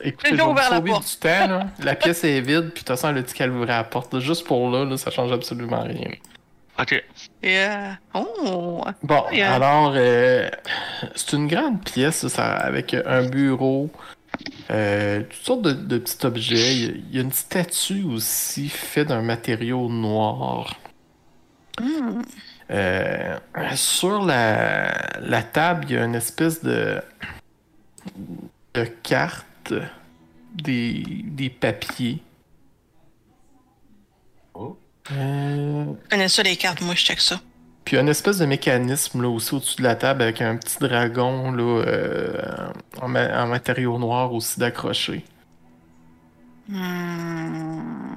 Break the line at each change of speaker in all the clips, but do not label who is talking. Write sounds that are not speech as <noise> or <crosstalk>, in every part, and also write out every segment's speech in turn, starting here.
Écoutez, je
Quelqu'un
vais
a
vous
ouvert la
sauver
porte.
du temps. là. La pièce est vide, puis de toute façon, elle a dit qu'elle ouvrait la porte. là. Juste pour là, là, ça change absolument rien.
Ok.
Et euh... Oh!
Bon,
Oui, hein.
alors, euh, c'est une grande pièce ça, avec un bureau, euh, toutes sortes de, de petits objets. Il y a- il y, a une statue aussi faite d'un matériau noir.
Hmm.
Euh, sur la, la table, il y a une espèce de, de carte, des, des papiers.
Oh.
Euh,
Je connais ça, les cartes, moi, je check ça.
puis il y a une espèce de mécanisme là aussi au-dessus de la table avec un petit dragon là, euh, en, ma- en matériau noir aussi d'accroché.
Hmm.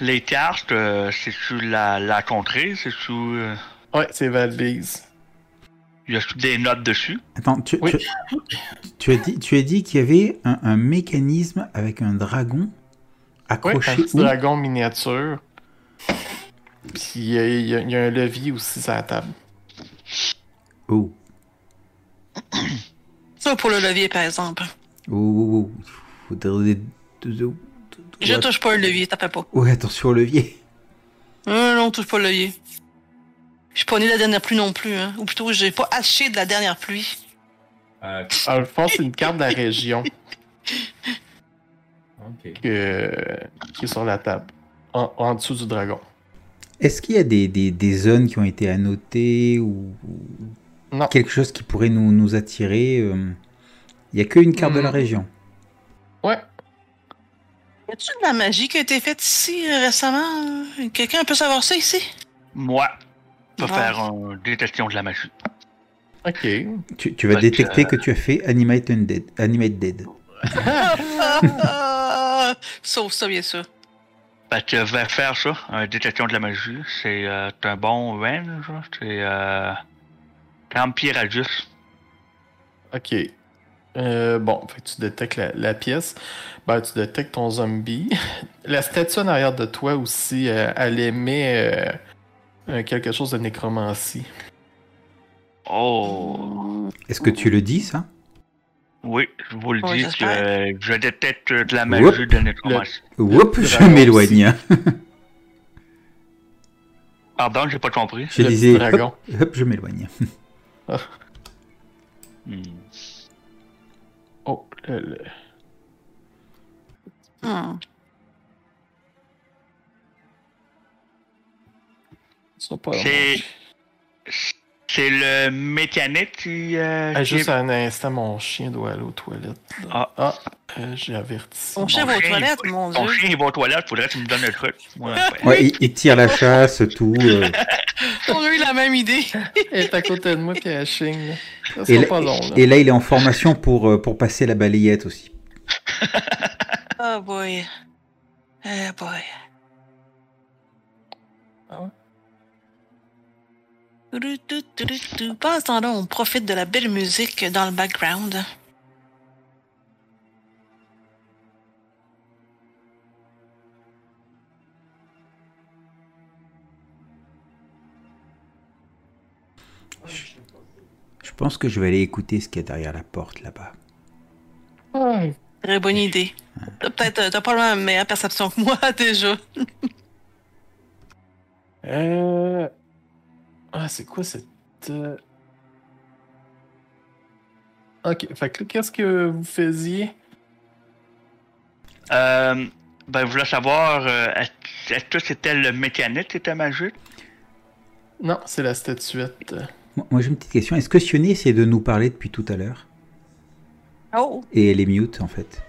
Les cartes, euh, c'est-tu la, la contrée? C'est-tu. euh,
Ouais, c'est Valbise.
y a-tu des notes dessus?
Attends, tu,
Oui.
tu, tu as dit, tu as dit qu'il y avait un, un mécanisme avec un dragon
Ouais, un
accroché
petit
où
dragon miniature. Puis il y, a- il y a- il y a un levier aussi sur la table.
Oh,
Ça, pour le levier, par exemple.
oh, oh, oh. Faut donner des- oh,
Je
oh,
touche pas le levier, t'appelles pas.
Ouais, attention au levier.
Euh, non, touche pas le levier. Je suis pas né de la dernière pluie non plus, hein. Ou plutôt, j'ai pas haché de la dernière pluie.
Ah,
En le fond, c'est une carte de la région
ok.
que- qui est sur la table, en, en dessous du dragon.
Est-ce qu'il y a des, des- des zones qui ont été annotées ou ou
Non.
quelque chose qui pourrait nous, nous attirer euh, Il n'y a qu'une carte de la
Hmm.
région.
Y a-tu de la magie qui a été faite ici euh, récemment? euh? Quelqu'un peut savoir ça <laughs> ici?
Moi, je peux
Ouais.
faire une détection de la magie.
Ok.
Tu, tu vas
Donc,
détecter
euh,
que tu as fait Animate Undead. Animate Dead.
Ah! Sauf ça, bien sûr.
Fait que je vais faire ça, un détection de la magie. C'est euh, un bon range, là. c'est euh, 30 pieds radius.
Ok. Euh, bon, fait que tu détectes la, la pièce. Ben, tu détectes ton zombie. <laughs> La statue en arrière de toi aussi, euh, elle émet euh, euh, quelque chose de nécromancie.
Oh,
Est-ce que tu le dis, ça
oui, je vous le
Ouais,
dis que
j'espère.
euh, je détecte de la magie
Oups.
de nécromancie.
Oups,
Le
je
dragon
m'éloigne. hein.
Pardon, j'ai pas compris.
Je
Le petit
disais,
dragon.
hop, hop, je m'éloigne.
Hmm.
Oh, le- le-
Hmm.
ils sont pas
C'est-
orange.
C'est le mécanique qui. euh,
Ah,
qui-
juste un instant, mon chien doit aller aux toilettes. là.
Ah.
euh, j'ai averti.
Mon chien va aux
chien,
toilettes, mon
Ton
dieu.
chien il va aux toilettes, faudrait que tu me donnes le truc.
<laughs>
Ouais, ben,
Ouais, il, il tire la chasse, tout. euh,
On a eu la même idée.
Elle est à côté de moi, puis elle chigne. là. Ça
et,
sera
là,
pas long, là.
et là, il est en formation pour, euh, pour passer la balayette aussi.
Ah boy. Ah boy.
Ah ouais?
Tudu, tudu, tudu, tudu. Pendant ce temps-là, on profite de la belle musique dans le background.
Je pense que je vais aller écouter ce qu'il y a derrière la porte là-bas.
Très bonne idée. T'as peut-être, euh, t'as probablement une meilleure perception que moi <laughs> déjà.
Euh... Ah, c'est quoi cette. euh, Ok, fait que là, qu'est-ce que vous faisiez?
euh, ben, je voulais savoir, euh, est- est-ce que c'était le mécanique qui était magique?
Non, c'est la statuette.
Moi, moi, j'ai une petite question. Est-ce que Sioné essaie de nous parler depuis tout à l'heure
Oh!
Et elle est mute, en fait.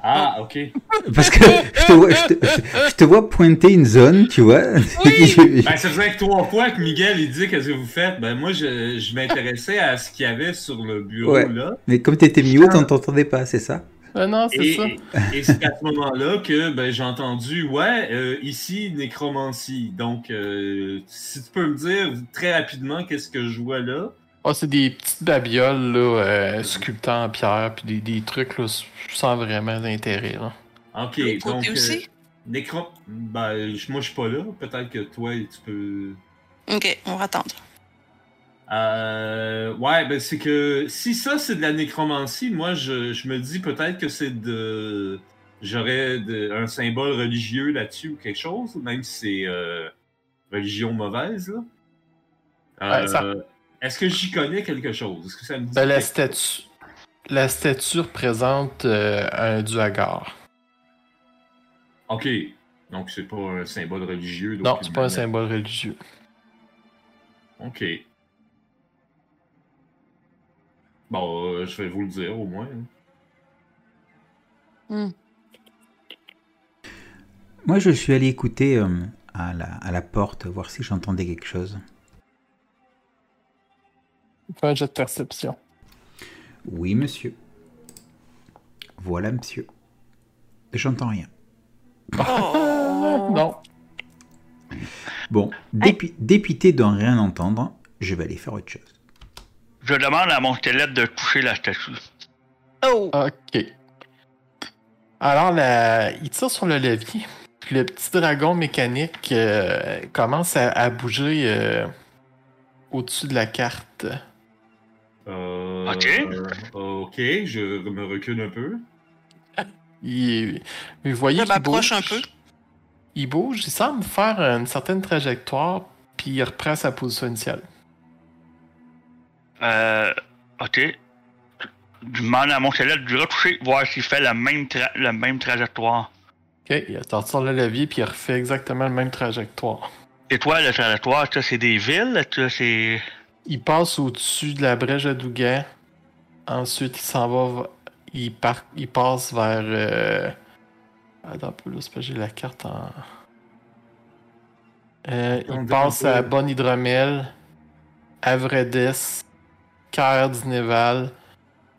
Ah, ok.
Parce que je te vois, je te, je- je te vois pointer une zone, tu vois. <laughs>
Oui.
Ben, ça faisait que trois fois que Miguel, il dit qu'est-ce que vous faites. Ben, moi, je, je m'intéressais à ce qu'il y avait sur le bureau,
Ouais.
là.
Mais comme t'étais mute, on t'entendait pas, c'est ça
Ah non, c'est
Et,
ça.
et- et c'est à ce moment-là que ben, j'ai entendu, ouais, euh, ici, nécromancie. Donc, euh, si tu peux me dire très rapidement qu'est-ce que je vois là.
Ah, c'est des petites babioles, là, euh, sculptées en pierre, puis des, des trucs, là, sans vraiment d'intérêt, là.
Ok,
L'autre
donc.
côté
euh,
aussi?
nécro- Ben, je- moi, je suis pas là. Peut-être que toi, tu peux.
Ok, on va attendre.
Euh, ouais, ben c'est que si ça c'est de la nécromancie, moi je, je me dis peut-être que c'est de. J'aurais de- un symbole religieux là-dessus ou quelque chose, même si c'est euh, religion mauvaise. là. Euh,
Ouais, ça-
Est-ce que j'y connais quelque chose? Est-ce que ça me dit
Ben, la,
quelque
statue, la statue représente euh, un du hagard.
Ok. Donc, c'est pas un symbole religieux.
Non,
d'aucune
c'est pas un
manière.
symbole religieux.
Ok. Bon, euh, je vais vous le dire au moins. hein.
Moi, je suis allé écouter euh, à, la, à la porte, voir si j'entendais quelque chose.
Fais un jet de perception.
Oui, monsieur. Voilà, monsieur. J'entends rien.
Ah. Oh.
Ah, Non.
Bon, dépi- dépité d'en rien entendre, je vais aller faire autre chose.
Je demande à mon squelette de toucher la statue.
Oh.
Ok. Alors, la- il tire sur le levier. Puis le petit dragon mécanique euh, commence à, à bouger euh, au-dessus de la carte.
Euh,
Ok.
euh, ok, je me recule un peu.
Il, vous voyez
Je
qu'il
m'approche
bouge.
un peu.
Il bouge, il semble faire une certaine trajectoire, puis il reprend sa position initiale.
Euh, ok. Je demande à mon squelette de le retoucher, voir s'il fait la même, tra- la même trajectoire.
Ok, il tire sur le levier, puis il refait exactement la même trajectoire.
Et toi, la trajectoire, ça, c'est des villes, ça, c'est...
Il passe au-dessus de la brèche à Dougan. Ensuite, il s'en va. v- Il, par- il passe vers. euh, Attends un peu, là, c'est parce que j'ai la carte en. Euh,
On
il
dit
passe
un peu.
à Bonne Hydromel, Avredes, Caire d'Inéval,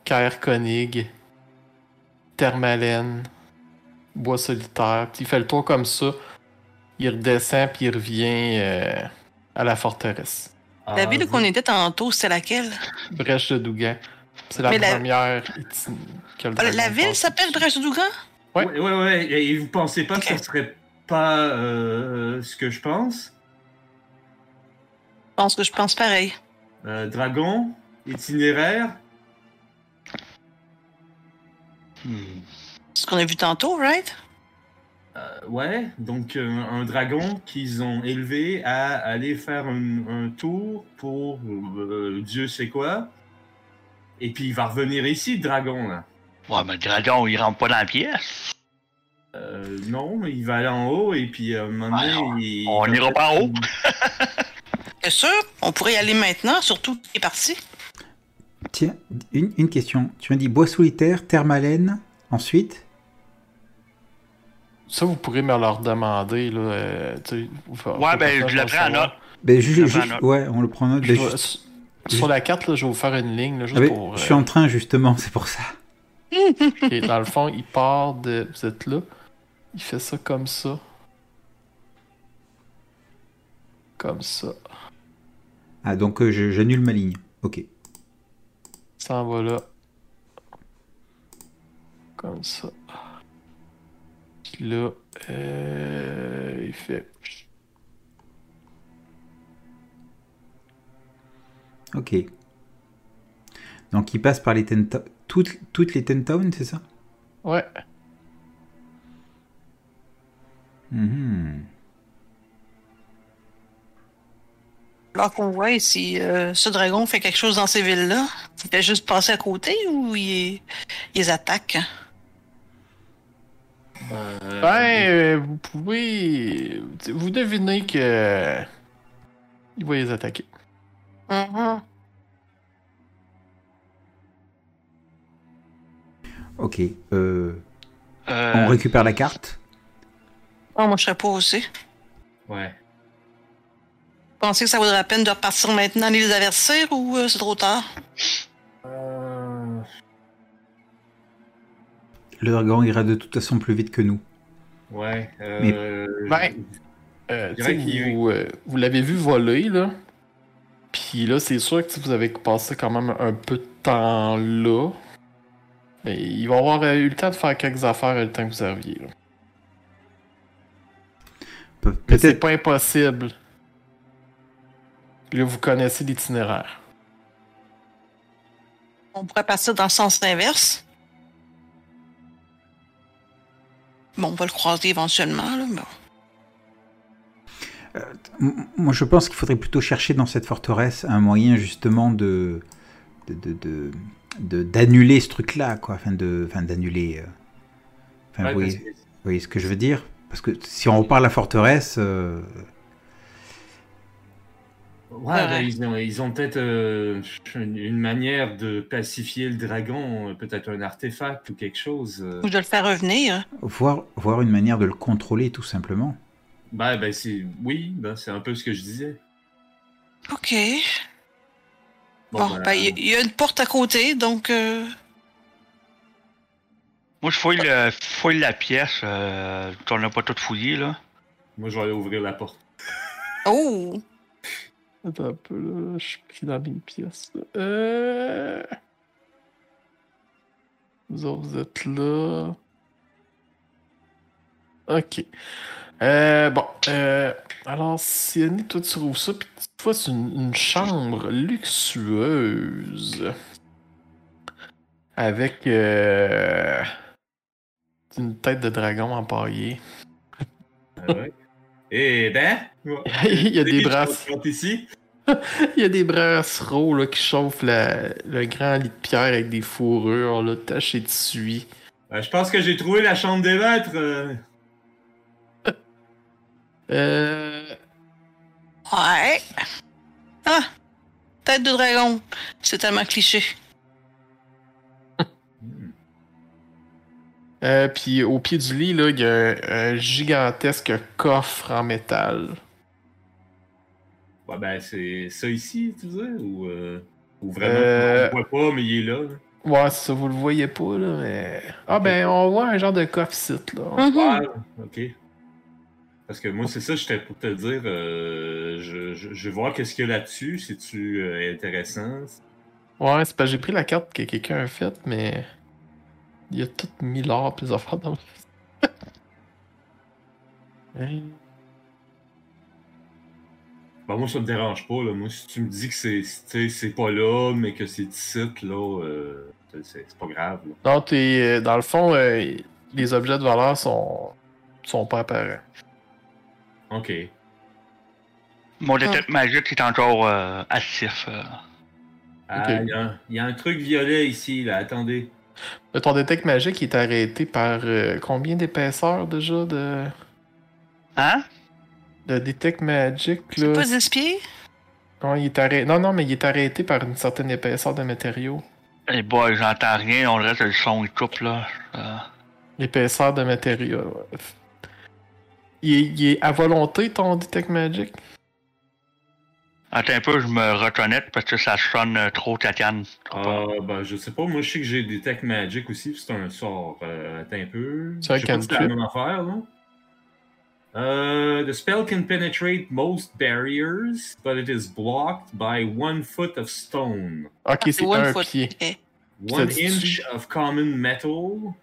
Caire Koenig, Thermalen, Bois Solitaire. Puis il fait le tour comme ça. Il redescend, puis il revient euh, à la forteresse.
La
Ah,
ville qu'on était tantôt, c'était laquelle?
Brèche de Dougan. C'est la
Mais la-
première itin- que le
Ah, la-
dragon
La ville
passe
s'appelle
dessus.
Brèche du Grand?
Ouais.
Ouais, ouais, ouais. Et et vous pensez pas que
Ok.
ça serait pas euh, ce que je pense?
Je pense que je pense pareil.
Euh, dragon, itinéraire.
Hmm.
C'est ce qu'on a vu tantôt, right?
Euh, ouais, donc euh, un dragon qu'ils ont élevé à aller faire un, un tour pour euh, Dieu sait quoi. Et puis il va revenir ici, le dragon, là.
Ouais, mais le dragon, il rentre pas dans la pièce.
Euh, non, mais il va aller en haut et puis euh, à un moment donné,
Ah,
il-
on
il va
ira pas en haut.
peut-être-
Bien sûr, on pourrait y aller maintenant, surtout qu'il est parti.
Tiens, une, une question. Tu m'as dit bois solitaire, thermalène, ensuite
Ça, vous pourrez me leur demander. Là, euh, tu sais, vous- faut-
Ouais,
faut
ben,
que
je le
fasse
prends en
savoir.
note.
ben, ju-
Ah,
ju-
ben,
Ouais, on le prend en note.
Je
ben,
vais-
juste-
s- Sur la carte, là, je vais vous faire une ligne là, juste
Ah, ben,
pour.
Je suis en train, justement, <laughs> c'est pour ça.
euh, ok, dans le fond, il part de. Vous êtes là. Il fait ça comme ça. Comme ça.
Ah, donc euh, je- j'annule ma ligne. Ok.
Il s'en va là. Comme ça. Puis là, euh, il fait.
Ok. Donc il passe par les Ten Town- Toutes, toutes les Ten Towns, c'est ça
Ouais.
Mhm.
Alors qu'on voit si euh, ce dragon fait quelque chose dans ces villes-là. Il fait juste passer à côté ou il, est- il les attaque?
Euh,
Ben, euh, vous pouvez. euh, Vous devinez que. Il va les attaquer.
Mhm.
Ok. euh, on
Euh,
récupère la carte
Ah, moi, je serais pas aussi.
Ouais.
Pensez que ça vaudrait la peine de repartir maintenant aller les avertir ou euh, c'est trop tard?
Euh,
Le dragon ira de toute façon plus vite que nous.
Ouais. euh,
Mais-
je-
Ben. Euh, tu sais,
Je dirais qu'il-
vous euh, vous l'avez vu voler, là. Puis là, c'est sûr que vous avez passé quand même un peu de temps là. Mais il va avoir euh, eu le temps de faire quelques affaires euh, le temps que vous arriviez. là.
Pe-
Mais c'est
Peut-être
pas impossible. Puis là, vous connaissez l'itinéraire.
On pourrait partir dans le sens inverse. Bon, on va le croiser éventuellement, là. Bon.
M- Moi, je pense qu'il faudrait plutôt chercher dans cette forteresse un moyen justement de de- de- de- de- d'annuler ce truc-là, quoi, afin de, enfin d'annuler. euh, Enfin,
Ouais,
vous
parce
voyez-
que-
vous voyez ce que je veux dire Parce que si on repart à la forteresse, euh,
Ouais,
Ouais.
ben, ils ont, ils ont peut-être euh, une, une manière de pacifier le dragon, euh, peut-être un artefact ou quelque chose. euh.
Ou de le faire revenir.
voir, voir une manière de le contrôler tout simplement.
Ben, ben, c'est oui, ben, c'est un peu ce que je disais.
OK.
Bon,
Bon,
ben,
ben, il y- il y a une porte à côté, donc... euh,
Moi, je fouille, le- fouille la pièce. Euh, on n'a pas tout fouillé, là.
moi, je vais aller ouvrir la porte.
Oh!
Attends un peu, là. Je suis pris dans mes pièces. là. Euh... Vous autres, vous êtes là. Ok. Euh, bon. euh, alors, Siani, toi, tu trouves ça. Puis, cette fois, c'est une, une chambre luxueuse. Avec euh, une tête de dragon empaillée. <laughs>
Ah ouais. <laughs> Eh ben,
Il
<laughs>
y a des
bras
brasses.
ici.
Il y a des brassereaux là, qui chauffent la- le grand lit de pierre avec des fourrures là, tachées de suie.
Ben, je pense que j'ai trouvé la chambre des maîtres. euh.
Euh,
Ouais! Ah! Tête de dragon. C'est tellement cliché.
euh, puis au pied du lit, là, il y a un, un gigantesque coffre en métal.
Ouais, ben, c'est ça ici, tu veux dire, ou, euh, ou vraiment,
Euh.
on le voit pas, mais il est là. là.
Ouais, ça, vous le voyez pas, là, mais. Ah, ben, on voit un genre de coffre site, là.
Mhm.
Ouais, ok. Parce que moi, c'est ça, j'étais pour te dire, euh, je, je, je vais voir qu'est-ce qu'il y a là-dessus, si tu euh, intéressant.
Ouais, c'est parce que j'ai pris la carte que quelqu'un a faite, mais. Il y a tout mis l'or plus affaires dans le. <laughs> Hein?
Bah, moi, ça me dérange pas, là. Moi, si tu me dis que c'est, c'est- tu sais, c'est pas là, mais que c'est ici, là, euh, c'est, c'est pas grave, là.
Non, t'es, euh, dans le fond, euh, les objets de valeur sont, sont pas apparents.
Ok.
Mon détecte magique est encore euh, actif. euh.
Ah,
Ok.
il y a un- il y, a un truc violet ici, là, attendez.
Euh, Ton détecte magique est arrêté par euh, combien d'épaisseur déjà de,
Hein?
de détecte magique
C'est
là?
pas 10 pieds?
Non, il est arrêté... non, non, mais il est arrêté par une certaine épaisseur de matériaux.
Eh boy, j'entends rien. On dirait que le son il coupe, là. Euh,
L'épaisseur de matériaux. ouais. Il est, il est à volonté ton détecte magique?
Attends un peu, je me reconnecte parce que ça sonne euh, trop tatane.
Ah, ben, je sais pas, moi, je sais que j'ai des tech magic aussi, puis c'est un sort. Euh, attends un peu.
C'est un
Je sais pas si c'est la
cantrip.
même affaire, non? Euh, the spell can penetrate most barriers, but it is blocked by one foot of stone,
Ok, c'est
Ah, One
un
foot.
pied.
Ok.
Ça
one
dit-tu-
inch of common metal,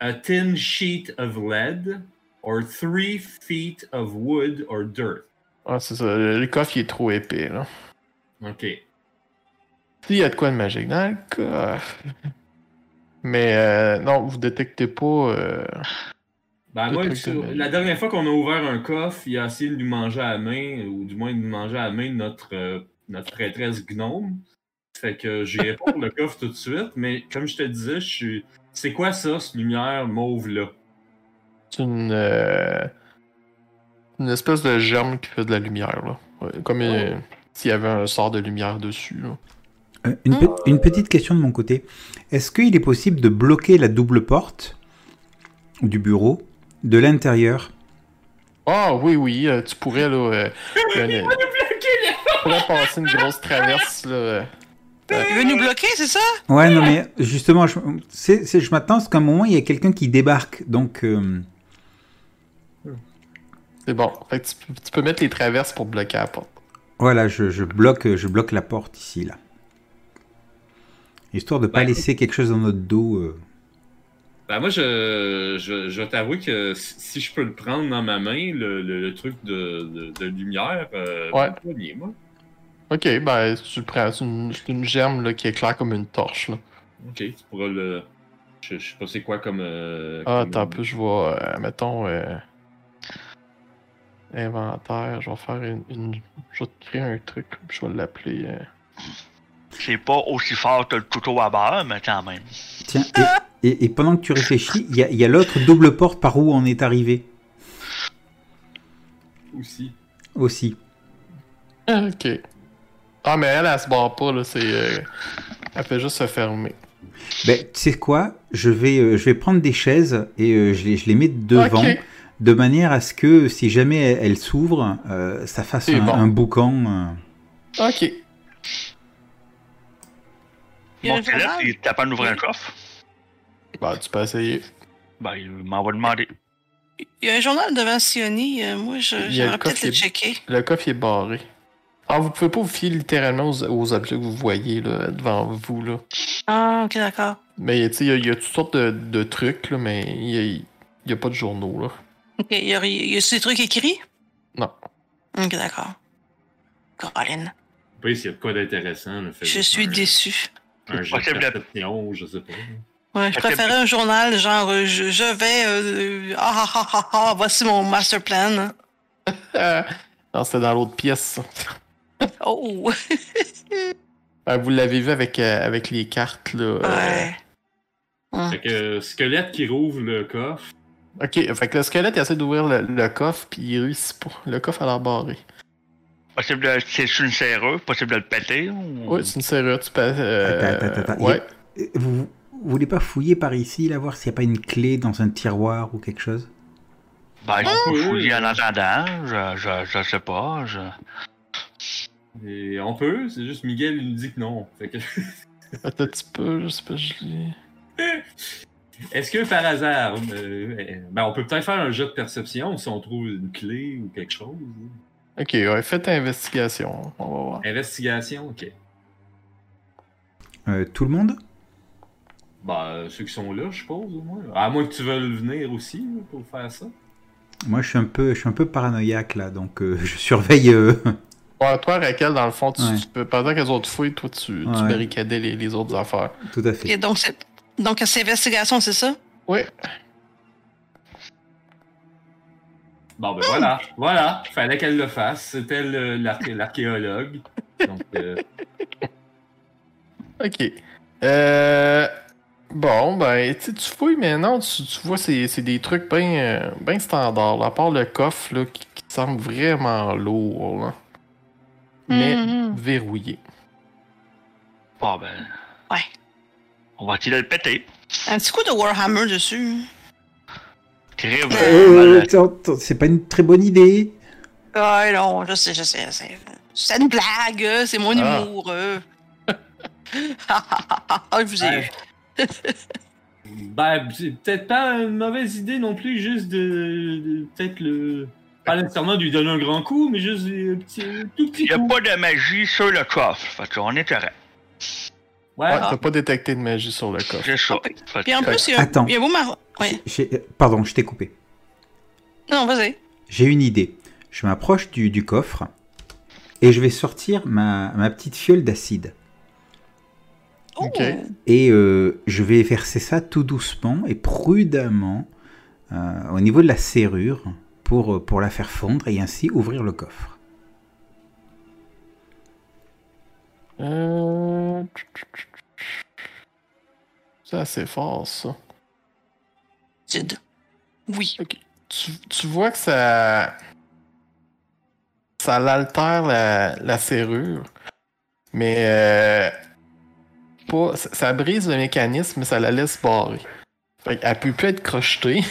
a thin sheet of lead, or three feet of wood or dirt.
Ah, c'est ça. Le le coffre il est trop épais là.
Ok.
Il y a de quoi de magique dans le coffre. <laughs> Mais euh, non, vous détectez pas. euh,
Ben,
Le
moi,
truc
ça,
de-
la dernière fois qu'on a ouvert un coffre, il a essayé de nous manger à la main, ou du moins de nous manger à la main notre, euh, notre prêtresse gnome. Fait que j'irai pas pour le coffre tout de suite, mais comme je te disais, je suis. C'est quoi ça, cette lumière mauve-là?
C'est une, euh, une espèce de germe qui fait de la lumière, là. Ouais, comme euh, s'il y avait un sort de lumière dessus. là.
Euh, une, pe- une petite question de mon côté. Est-ce qu'il est possible de bloquer la double porte du bureau de l'intérieur
Ah oui, oui, euh, tu pourrais, là. euh, une- tu pourrais passer une grosse traverse, là. euh.
Il veut nous bloquer, c'est ça?
Ouais, non, mais justement, je, c'est- c'est- je m'attends à ce qu'à un moment, il y a quelqu'un qui débarque. Donc, euh,
C'est bon. Fait que tu, peux- tu peux mettre les traverses pour bloquer la porte.
voilà, je, je bloque, je bloque la porte ici, là. Histoire de pas
Ouais.
laisser quelque chose dans notre dos. euh.
Ben, moi, je, je, je vais t'avouer que si si je peux le prendre dans ma main, le, le- le truc de, de- de lumière, euh,
Ouais.
le premier, moi.
Ok, ben, tu le prends. C'est une, c'est une germe là, qui éclaire comme une torche. Là.
Ok, tu pourras le. Je, je sais pas c'est quoi comme. euh,
Ah,
comme-
attends un peu, je vais. euh, mettons. euh, inventaire, je vais faire une, une- Je vais te créer un truc, je vais l'appeler. euh,
C'est pas aussi fort que le couteau à beurre, mais quand même.
Tiens, et, et- et pendant que tu réfléchis, il y a, il y a l'autre double porte par où on est arrivé
Aussi.
aussi.
Ok. Ah, mais elle, elle se barre pas, là, c'est. euh, Elle fait juste se fermer.
Ben, tu sais quoi je vais, euh, je vais prendre des chaises et euh, je, les, je les mets devant,
Ok.
de manière à ce que si jamais elle, elle s'ouvre, euh, ça fasse
C'est
un,
bon.
un boucan. euh.
Ok.
Il y a
Mon
un
Caleb,
journal?
il est capable d'ouvrir un coffre.
Bah, tu peux essayer.
Ben, il m'en va demander.
Il y a un journal devant Sioni. euh, moi, je-
Il y a le
j'aimerais peut-être
coffre
le
qui est-
checker.
Le coffre il est barré. Ah, vous pouvez pas vous fier littéralement aux, aux objets que vous voyez là, devant vous. Là.
Ah, ok, d'accord.
Mais tu sais, il y a- il y, a toutes sortes de, de trucs, là, mais il y a, il y a pas de journaux. Là.
Ok, il y a, y a ces trucs écrits?
Non.
Ok, d'accord. Caroline,
Après, s'il y a de quoi d'intéressant, le fait
je suis
déçu.
déçue.
Un jet
Pas
de
capable.
perception, je sais pas.
Ouais, je
Fait que-
préférais un journal genre euh, je, je vais euh, euh, ah, ah ah ah ah voici mon master plan.
Ah! <laughs> non, c'était dans l'autre pièce. ça.
Oh
Ah, vous l'avez vu avec, euh, avec les cartes. Là, euh,
ouais. Hum.
Fait que euh, squelette qui rouvre le coffre.
Ok, fait que le squelette il essaie d'ouvrir le, le coffre, puis il réussit pas. Le coffre a l'air barré.
Possible de. C'est sur une serrure, possible de le péter ou.
Mm-hmm. Ouais, c'est une serrure, tu peux. euh,
Attends, attends, attends, attends.
Ouais.
Euh, Vous, vous voulez pas fouiller par ici, là, voir s'il n'y a pas une clé dans un tiroir ou quelque chose
Ben,
Ah,
je
oui,
peux fouiller
oui.
en attendant. Je, je, je sais pas. Je...
Et on peut, c'est juste Miguel il nous dit que non. Fait que- <laughs>
Attends un petit peu, je sais pas, je l'ai.
Est-ce que par hasard, euh, euh, ben on peut peut-être faire un jet de perception si on trouve une clé ou quelque chose. hein? là.
Ok, ouais, faites investigation. On va voir.
Investigation, ok.
Euh, Tout le monde
Bah, euh, ceux qui sont là, je suppose, au moins. À moins que tu veuilles venir aussi là, pour faire ça.
Moi, je suis un peu, je suis un peu paranoïaque là, donc euh, <laughs> je surveille. euh,
Ouais, toi, Raquel, dans le fond, tu,
Ouais.
tu peux. Pendant que les autres fouillent, toi, tu, tu
Ouais.
barricadais les, les autres affaires.
tout à fait.
Et donc c'est donc c'est investigation, c'est ça?
Bon, ben voilà, voilà. Fallait qu'elle le fasse. C'était le- l'arché- l'archéologue. Donc, euh,
Ok. Euh. Bon, ben, tu sais, tu fouilles, mais non, tu, tu vois, c'est c'est des trucs bien ben standards, là, à part le coffre, là, qui, qui semble vraiment lourd, là. Mais
Mhm.
verrouillé.
Bon, ben.
Ouais.
On va essayer de le péter.
Un petit coup de Warhammer dessus. hein.
Crève.
Euh,
Voilà.
attends, attends, c'est pas une très bonne idée.
Ah non, je sais, je sais, je sais. C'est une blague, euh, c'est mon
Ah.
humour. euh. <laughs> Ah, ah, ah, ah, je vous ai eu. <laughs>
ben, c'est peut-être pas une mauvaise idée non plus, juste de. de- peut-être le. Pas nécessairement de lui donner un grand coup, mais juste un petit, un tout petit
Il n'y a
coup.
pas de magie sur le coffre. Fait qu'on est correct.
Ouais,
Ouais, t'as pas détecté de magie sur le coffre.
C'est ça.
Ah,
Fait
Puis en
que-
plus, il y a,
Attends.
il y a beau mar... Ouais.
J'ai- euh, Pardon, je t'ai coupé.
Non, vas-y.
J'ai une idée. Je m'approche du, du coffre et je vais sortir ma, ma petite fiole d'acide.
Oh.
Ok.
Et euh, je vais verser ça tout doucement et prudemment euh, au niveau de la serrure pour, euh, pour la faire fondre et ainsi ouvrir le coffre.
Euh... C'est assez fort, ça.
Dude. Oui.
Tu, tu vois que ça. Ça l'altère la, la serrure. Mais. euh, pas, ça, ça brise le mécanisme, mais ça la laisse barrer. Fait qu'elle peut plus être crochetée.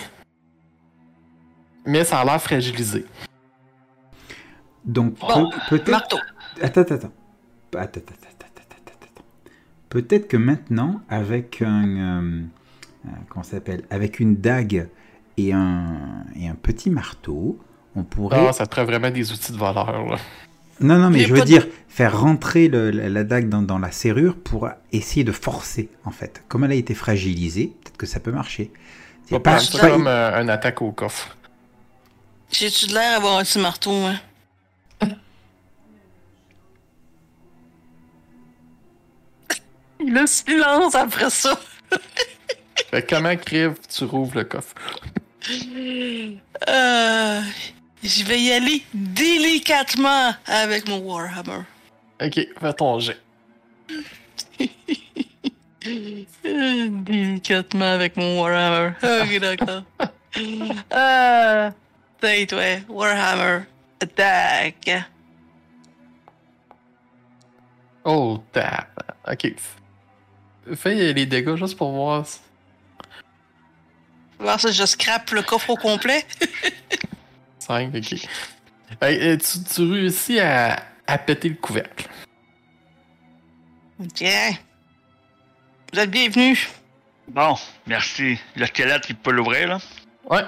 Mais ça a l'air fragilisé.
Donc
Bon,
peut- peut-être
Marteau.
Attends, attends, attends. Attends, attends, attends, attends, attends, attends. Peut-être que maintenant, avec un. euh, euh, comment ça s'appelle Avec une dague et un, et un petit marteau, on pourrait.
Ah, ça te prend vraiment des outils de valeur, là.
non, non, mais
Mais
je veux
pas de-
dire, faire rentrer le- la, la dague dans, dans la serrure pour essayer de forcer, en fait. Comme elle a été fragilisée, peut-être que ça peut marcher. C'est
ben,
Pas
pas-
prendre ça
pas-
comme euh, une attaque au coffre.
J'ai-tu de l'air d'avoir un petit marteau, hein? <laughs> le silence après ça.
Fait que comment, Crive, tu rouvres le coffre?
Euh, je vais y aller délicatement avec mon Warhammer.
Ok, fais ton jet.
Euh, Délicatement avec mon Warhammer. Ok, d'accord. euh, t'es ouais. Warhammer. Attaque.
Oh, damn. Ok. Fais les dégâts juste pour voir. si-
Voir ça, je scrape le coffre au complet.
5, ok. Hey, euh, tu, tu réussis à, à péter le couvercle.
Tiens. Vous êtes bienvenus.
Bon, merci. Le squelette, il peut l'ouvrir, là.
Ouais.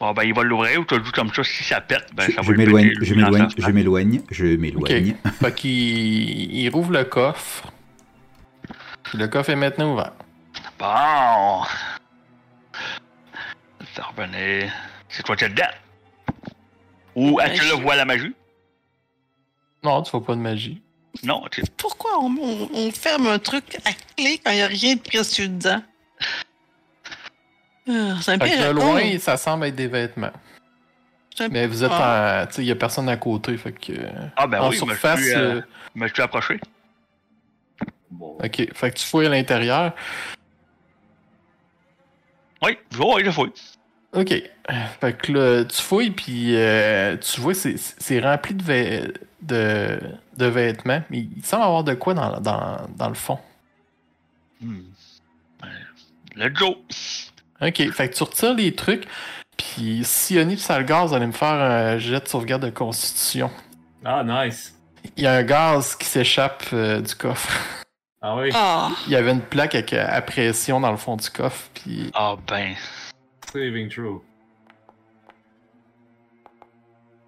Bon, ben, il va l'ouvrir ou t'as dit comme ça, si ça pète, ben,
Je
ça
je
va lui péter, hein.
m'éloigne,
lui,
je
dans
m'éloigne,
sa
je
face.
m'éloigne, je m'éloigne.
<laughs> Fait qu'il il rouvre le coffre. Puis le coffre est maintenant ouvert.
Bon. Ça revenait. C'est toi qui es dedans. Ou est-ce que
Ouais,
là,
je-
voit la magie?
Non, tu vois pas de magie.
Non, ok.
Pourquoi on, on- on ferme un truc à clé quand il n'y a rien de précieux dedans? Euh, C'est
Fait
un
que
piège
de
à con.
Oh.
loin, ça semble être des vêtements.
C'est un-
Mais vous êtes en. Tu sais, il y a personne à côté. Fait que.
Ah, ben
en
oui, je me
surface.
suis, euh,
euh,
je me suis approché.
Bon.
Ok. Fait que tu fouilles à l'intérieur.
Oui, oui, je fouille.
Ok. Fait que là, tu fouilles, puis euh, tu vois, c'est- c'est c'est rempli de, vê- de, de vêtements. Mais il semble avoir de quoi dans, dans, dans le fond.
Hmm. Let's go.
Ok. Fait que tu retires les trucs, puis Sioni et Salgaz allaient me faire un jet de sauvegarde de constitution.
Ah, nice.
Il y a un gaz qui s'échappe euh, du coffre. <laughs>
Ah oui.
Ah,
Il y avait une plaque avec, euh, à pression dans le fond du coffre, puis
Ah, ben.
Saving throw.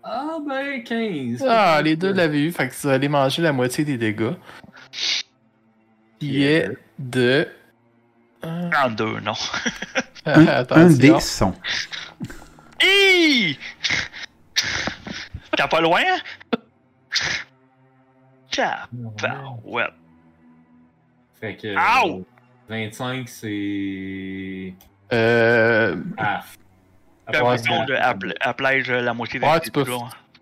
Ah ben 15.
Ah, les deux l'avaient eu, fait que vous allez manger la moitié des dégâts. Qui est de. Ah,
En deux, non. <laughs>
Un, un
<laughs> attention.
des 100.
Hi! T'as pas loin? Ah, ouais.
Fait que
Ow!
25 c'est
Euh,
half.
T'as
Ouais,
l'impression de appl- appelage euh, la moitié des
Ouais, tu
des-
peux-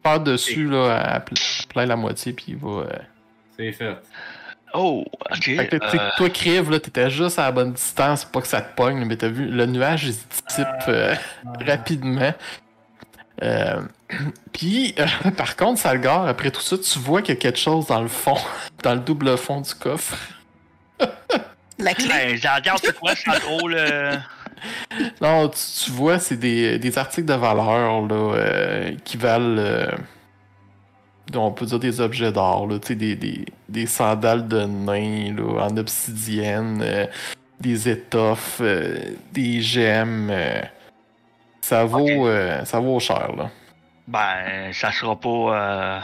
par dessus, là, à pl- plein la moitié, puis il va. euh.
C'est fait.
Oh, ok.
Fait que là, tu sais
euh,
que toi, Crive, là, t'étais juste à la bonne distance, pas que ça te pogne, mais t'as vu, le nuage, il se dissipe euh,
Ah.
rapidement. Euh, <clears throat> puis, euh, <laughs> par contre, Salgar, après tout ça, tu vois qu'il y a quelque chose dans le fond, <laughs> dans le double fond du coffre.
la clé.
Ben, j'en garde c'est quoi, euh? sans trop le.
Non, tu, tu vois, c'est des, des articles de valeur là, euh, qui valent, euh, on peut dire des objets d'or, là, tu sais, des, des, des sandales de nain là, en obsidienne, euh, des étoffes, euh, des gemmes. euh, ça, vaut,
Ok.
euh, ça vaut cher. Là.
Ben, ça sera pas. euh,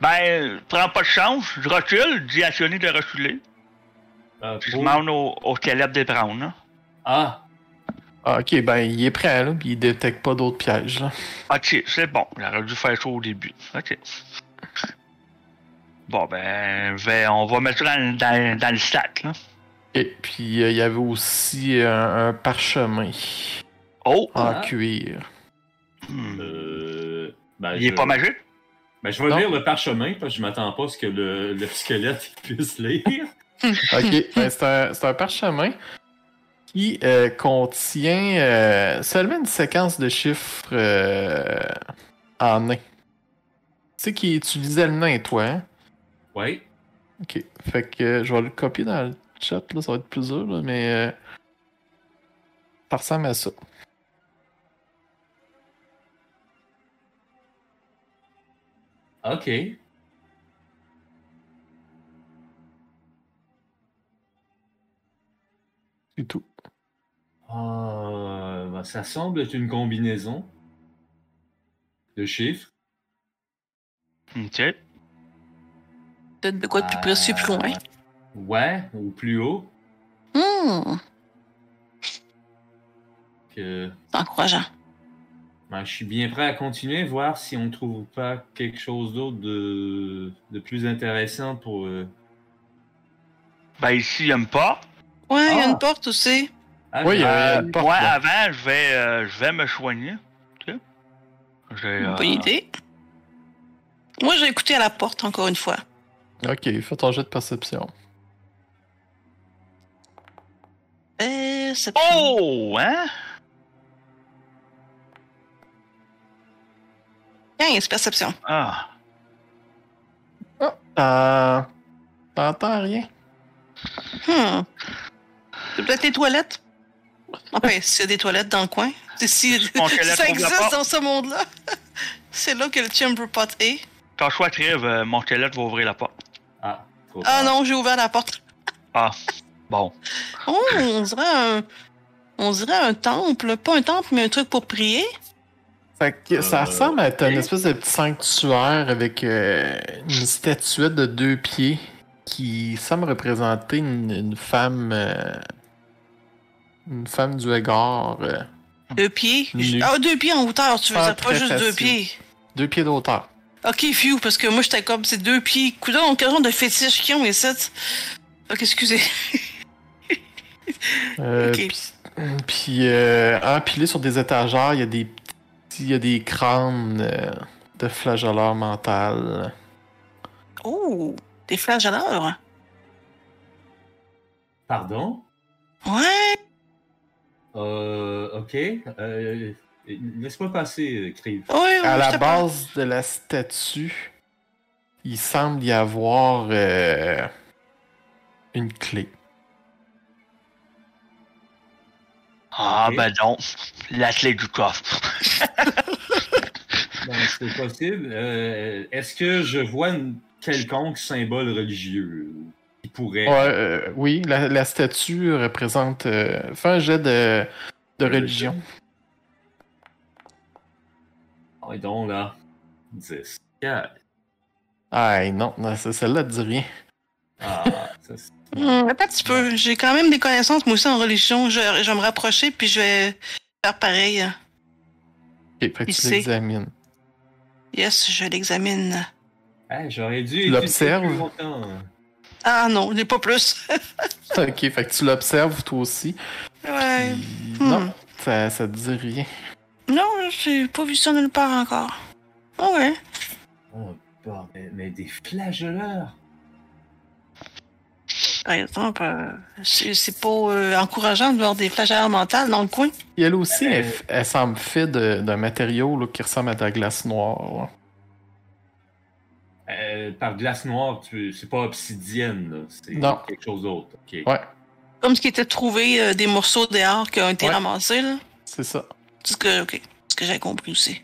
Ben, prends pas de chance, je recule, dis à Siony de reculer.
Ah,
Puis je
Oh.
pour-
demande au, au Caleb de prendre. là.
ah,
Ah, ok, ben il est prêt, là, puis il détecte pas d'autres pièges. Là.
Ok, c'est bon, j'aurais dû faire ça au début. Ok. Bon, ben, je vais- on va mettre ça dans, dans- dans le stack, là.
Et puis, euh, il y avait aussi un, un parchemin
Oh!
en
Ah.
cuir.
hmm.
euh, ben,
Il est
je-
pas magique?
Ben, je vais
Non.
lire le parchemin parce que je m'attends pas à ce que le, le squelette <laughs> puisse lire.
Ok, ben, c'est un, c'est un parchemin qui euh, contient euh, seulement une séquence de chiffres euh, en nain. Tu sais qui utilisait le nain, toi, hein?
Ouais.
Ok, fait que euh, je vais le copier dans le chat, là, ça va être plus dur, là, mais euh, ça ressemble à ça.
OK.
C'est tout.
Ah, ben, ça semble être une combinaison de chiffres.
Ok.
Peut-être de quoi de plus précieux, plus loin.
Euh, Ouais, ou plus haut.
Hmm,
Que...
c'est encourageant.
Ben, je suis bien prêt à continuer, voir si on ne trouve pas quelque chose d'autre de... de plus intéressant pour, euh,
Ben ici, il y a une porte.
Ouais, il y a
Ah.
une porte aussi.
Ah,
Oui, il y
ah,
a
Euh,
une porte.
moi,
là.
avant, je vais, euh, je vais me soigner. Tu sais? J'ai, euh,
Bonne idée. Moi, j'ai écouté à la porte, encore une fois.
Ok, fais ton jet de perception.
Euh, c'est
Oh, hein?
15, perception. <laughs>
Ah,
Ah, euh, t'entends rien.
Hmm. C'est peut-être les toilettes. Enfin, s'il y a des toilettes dans le coin. Si, si-
Je pense que là,
ça
trouve la
existe
porte.
dans ce monde-là. <laughs> C'est là que le chamber pot est.
quand je sois trêve, euh, mon squelette va ouvrir la porte. Ah,
ah, trop
Ah
tard.
non, j'ai ouvert la porte.
Bon.
Oh, on dirait un... On dirait un temple. Pas un temple, mais un truc pour prier.
Fait que ça
Euh,
ressemble à t'as
ok.
une espèce de petit sanctuaire avec euh, une statuette de deux pieds qui semble représenter une, une femme. euh, une femme du égard. euh,
Deux pieds.
Nu.
Ah, deux pieds en hauteur, tu veux
Ah,
dire. Pas
très
juste deux
facile.
pieds.
deux pieds d'auteur.
Ok, few, parce que moi, j'étais comme ces deux pieds. Coudon, quel genre de fétiche qu'ils ont, et ça. Ok, excusez.
Euh,
Ok.
Puis euh, empilé sur des étagères, il y a des petits- il y a des crânes euh, de flageoleurs mentales.
Oh, des l'heure.
Pardon?
Ouais.
Euh, ok. Euh, Laisse-moi passer, euh, Crave.
Oui, oui,
À
Ah, je
la
te parle.
base de la statue, il semble y avoir euh, une clé.
Ah,
Ok.
ben non. La clé du coffre.
Non, c'est possible. Euh, Est-ce que je vois une quelconque symbole religieux qui pourrait.
Ouais, euh, oui, la, la statue représente. euh, fais un jet de,
euh,
de religion.
Ah, et donc là. 10. Yeah.
Ah non, non, c'est- celle-là te dit rien.
Ah, ça, c'est-
Hmm, attends un petit peu. J'ai quand même des connaissances, moi aussi, en religion. Je, je vais me rapprocher, puis je vais faire pareil.
Ok, fait que
Il
tu
sait.
l'examines.
Yes, je l'examine.
Hey, J'aurais dû.
Tu l'observes?
étudier plus longtemps.
Ah non, n'est pas plus.
Ok, fait que tu l'observes toi aussi.
ouais.
Puis,
hmm.
Non, ça, ça te dit rien.
Non, j'ai pas vu ça nulle part encore. Ouais.
Oh, bordel, mais, des flagelleurs.
Par exemple, euh, c'est c'est pas euh, encourageant de voir des flagellants mentales dans le coin.
Puis elle aussi, elle,
Euh.
elle semble faite de- d'un matériau là, qui ressemble à de la glace noire. là.
Euh, par glace noire, tu... c'est pas obsidienne, là. c'est
Non.
quelque chose d'autre. Ok.
Ouais,
Comme ce qui était trouvé euh, des morceaux dehors qui ont été
Ouais.
ramassés, là.
c'est ça.
C'est ce que, ok, ce que j'ai compris aussi.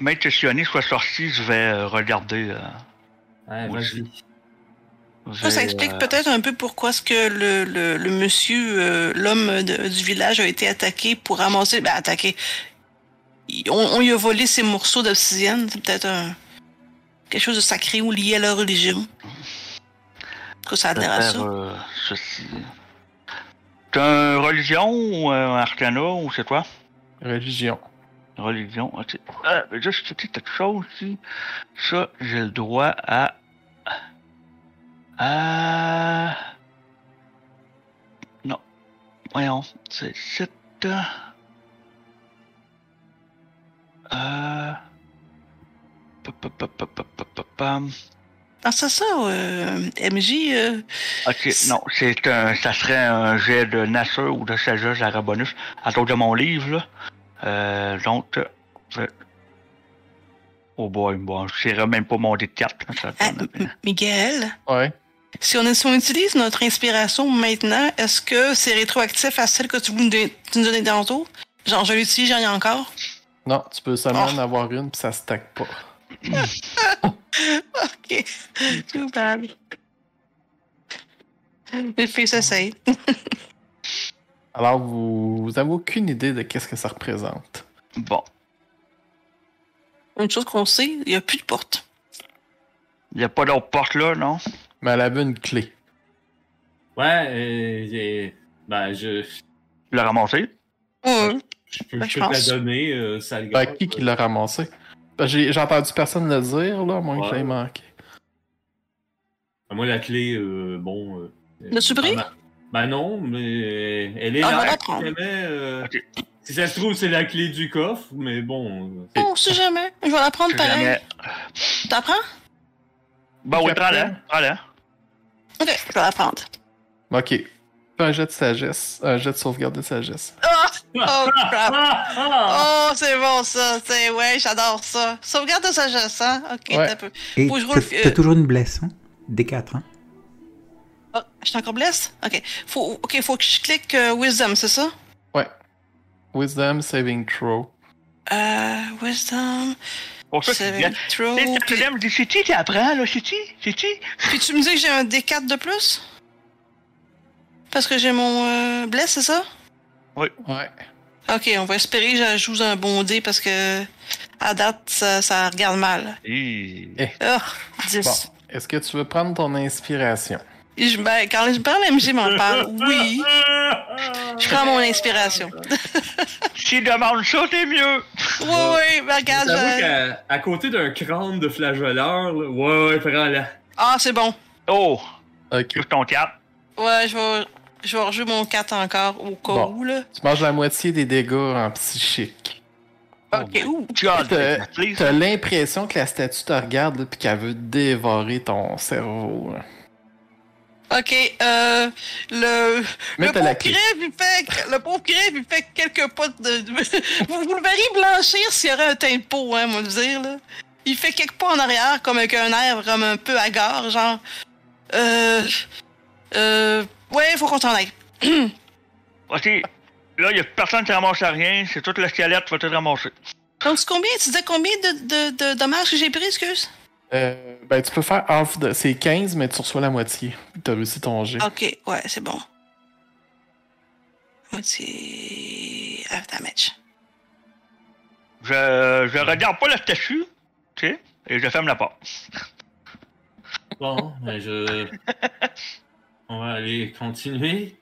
Même que si Yannick soit sorti, je vais euh, regarder. euh,
Ouais,
Moi, je-
vas-y.
Ça, ça
j'ai,
explique
euh,
peut-être un peu pourquoi est-ce que le, le, le monsieur, euh, l'homme de- du village a été attaqué pour ramasser... Ben, attaqué. Il- On, on lui a volé ses morceaux d'obsidienne. C'est peut-être un- quelque chose de sacré ou lié à leur religion. En tout cas, ça a
je vais
l'air à
faire,
ça.
euh, ceci. T'as une religion ou un arcana ou c'est quoi?
Religion.
Religion, ok. Ah, ben juste une petite chose ici. Ça, j'ai le droit à. À. Non. Voyons, c'est c'est. Euh. pa- pa- pa- pa- pa- pa- pa- pam.
Ah, c'est ça, euh, MJ. euh,
Ok, non, c'est un, ça serait un jet de nature ou de sagesse à bonus. À cause de mon livre, là. Euh, donc, euh, je- oh boy, bon, je dirais même pas mon dé de carte. là, ça
ah,
donne-
M- Miguel,
Ouais.
si on, si on utilise notre inspiration maintenant, est-ce que c'est rétroactif à celle que tu nous don- tu nous donnais tantôt? Genre, je l'utilise, j'en ai encore? <laughs>
Non, tu peux seulement
Oh.
en avoir une puis ça se stack pas.
Ok. Too bad. Les filles s'essayent.
Alors vous, vous avez aucune idée de qu'est-ce que ça représente.
Bon,
Une chose qu'on sait, il n'y a plus de porte.
il n'y a pas d'autre porte là, non?
Mais elle avait une clé.
Ouais, euh, j'ai- ben, je,
Je l'ai ramassé.
Ouais.
je peux,
Ben,
je
je
peux te
pense.
la donner, euh, sale
Ben,
gars.
qui qui l'a ramassée? Ben, J'ai j'ai entendu personne le dire, là, à moins que
Ouais.
je l'ai manqué.
Enfin, moi, la clé, euh, bon. euh,
L'as-tu pris?
Ben, ben non, mais elle est
Ah,
là.
va la prendre.
actuellement, euh,
Ok.
Si ça se trouve, c'est la clé du coffre, mais bon. euh,
Oh, on sait jamais. Je vais la prendre
Si
pareil.
jamais-
T'apprends?
Bah oui,
Capitaine.
prends-la, prends-la.
Ok, je vais la prendre.
Ok. Fais un jet de sagesse. Un jet de sauvegarde de sagesse.
Ah! <laughs> Oh, crap.
Ah, ah!
Oh, c'est bon ça. C'est ouais, j'adore ça. Sauvegarde de sagesse, hein? Ok,
Ouais.
t'as peu.
Et
Faut que je
t'as
roule,
t'as
euh,
toujours une blesse, hein Des 4, hein
Oh, je suis encore blesse? Ok. Faut, ok, faut que je clique euh, Wisdom, c'est ça?
Wisdom saving throw.
Euh, wisdom,
Pour ça, c'est bien.
saving throw.
Tu sais, ça,
Puis,
j'aime, je dis, C'est qui qui apprend, là? C'est qui? C'est qui?
puis tu me dis que j'ai un D4 de plus? Parce que j'ai mon euh, bless, c'est ça?
Ouais.
Ok, on va espérer que j'ajoute un bon dé parce que à date, ça, ça regarde mal.
Hi.
Oh, 10.
Bon. Est-ce que tu veux prendre ton inspiration?
Et je- ben, quand je parle, MJ m'en parle. Oui,
Ah, ah,
je prends mon inspiration.
S'il demande ça, c'est mieux.
Oui, oui, ben, regarde.
J'avoue
je-
qu'à à côté d'un crâne de flageoleur, là, ouais, ouais, prends-la.
Ah, c'est bon.
Oh,
Ok.
juste ton cap.
Ouais, je vais, je vais rejouer mon 4 encore au cas
Bon.
où, là.
Tu manges la moitié des dégâts en psychique.
Ok, ouh.
Tu as
Euh,
la clé, ça.
T'as l'impression que la statue te regarde là, puis qu'elle veut dévorer ton cerveau. hein. là.
Ok, euh, le,
Mais t'as
le pauvre
la clé.
crève, il fait, le pauvre crève, il fait quelques pas de, de- <laughs> vous, vous le verriez blanchir s'il y aurait un teint de peau, hein, moi, le dire, là. Il fait quelques pas en arrière, comme avec un air, comme un peu hagard, genre, euh, euh, ouais, faut qu'on s'en aille.
Ok. Ah, Là, il n'y a personne qui ramasse rien. C'est toute la squelette qui va tout ramasser.
Donc, c'est combien, tu disais combien de, de, de dommages que j'ai pris, excuse?
Euh, ben, tu peux faire half de. C'est 15, mais tu reçois la moitié. T'as réussi ton jet.
Ok, ouais, c'est bon. Moitié, half damage.
Je, je regarde pas la statue, tu sais, et je ferme la porte.
Bon, ben <laughs> je. On va aller continuer.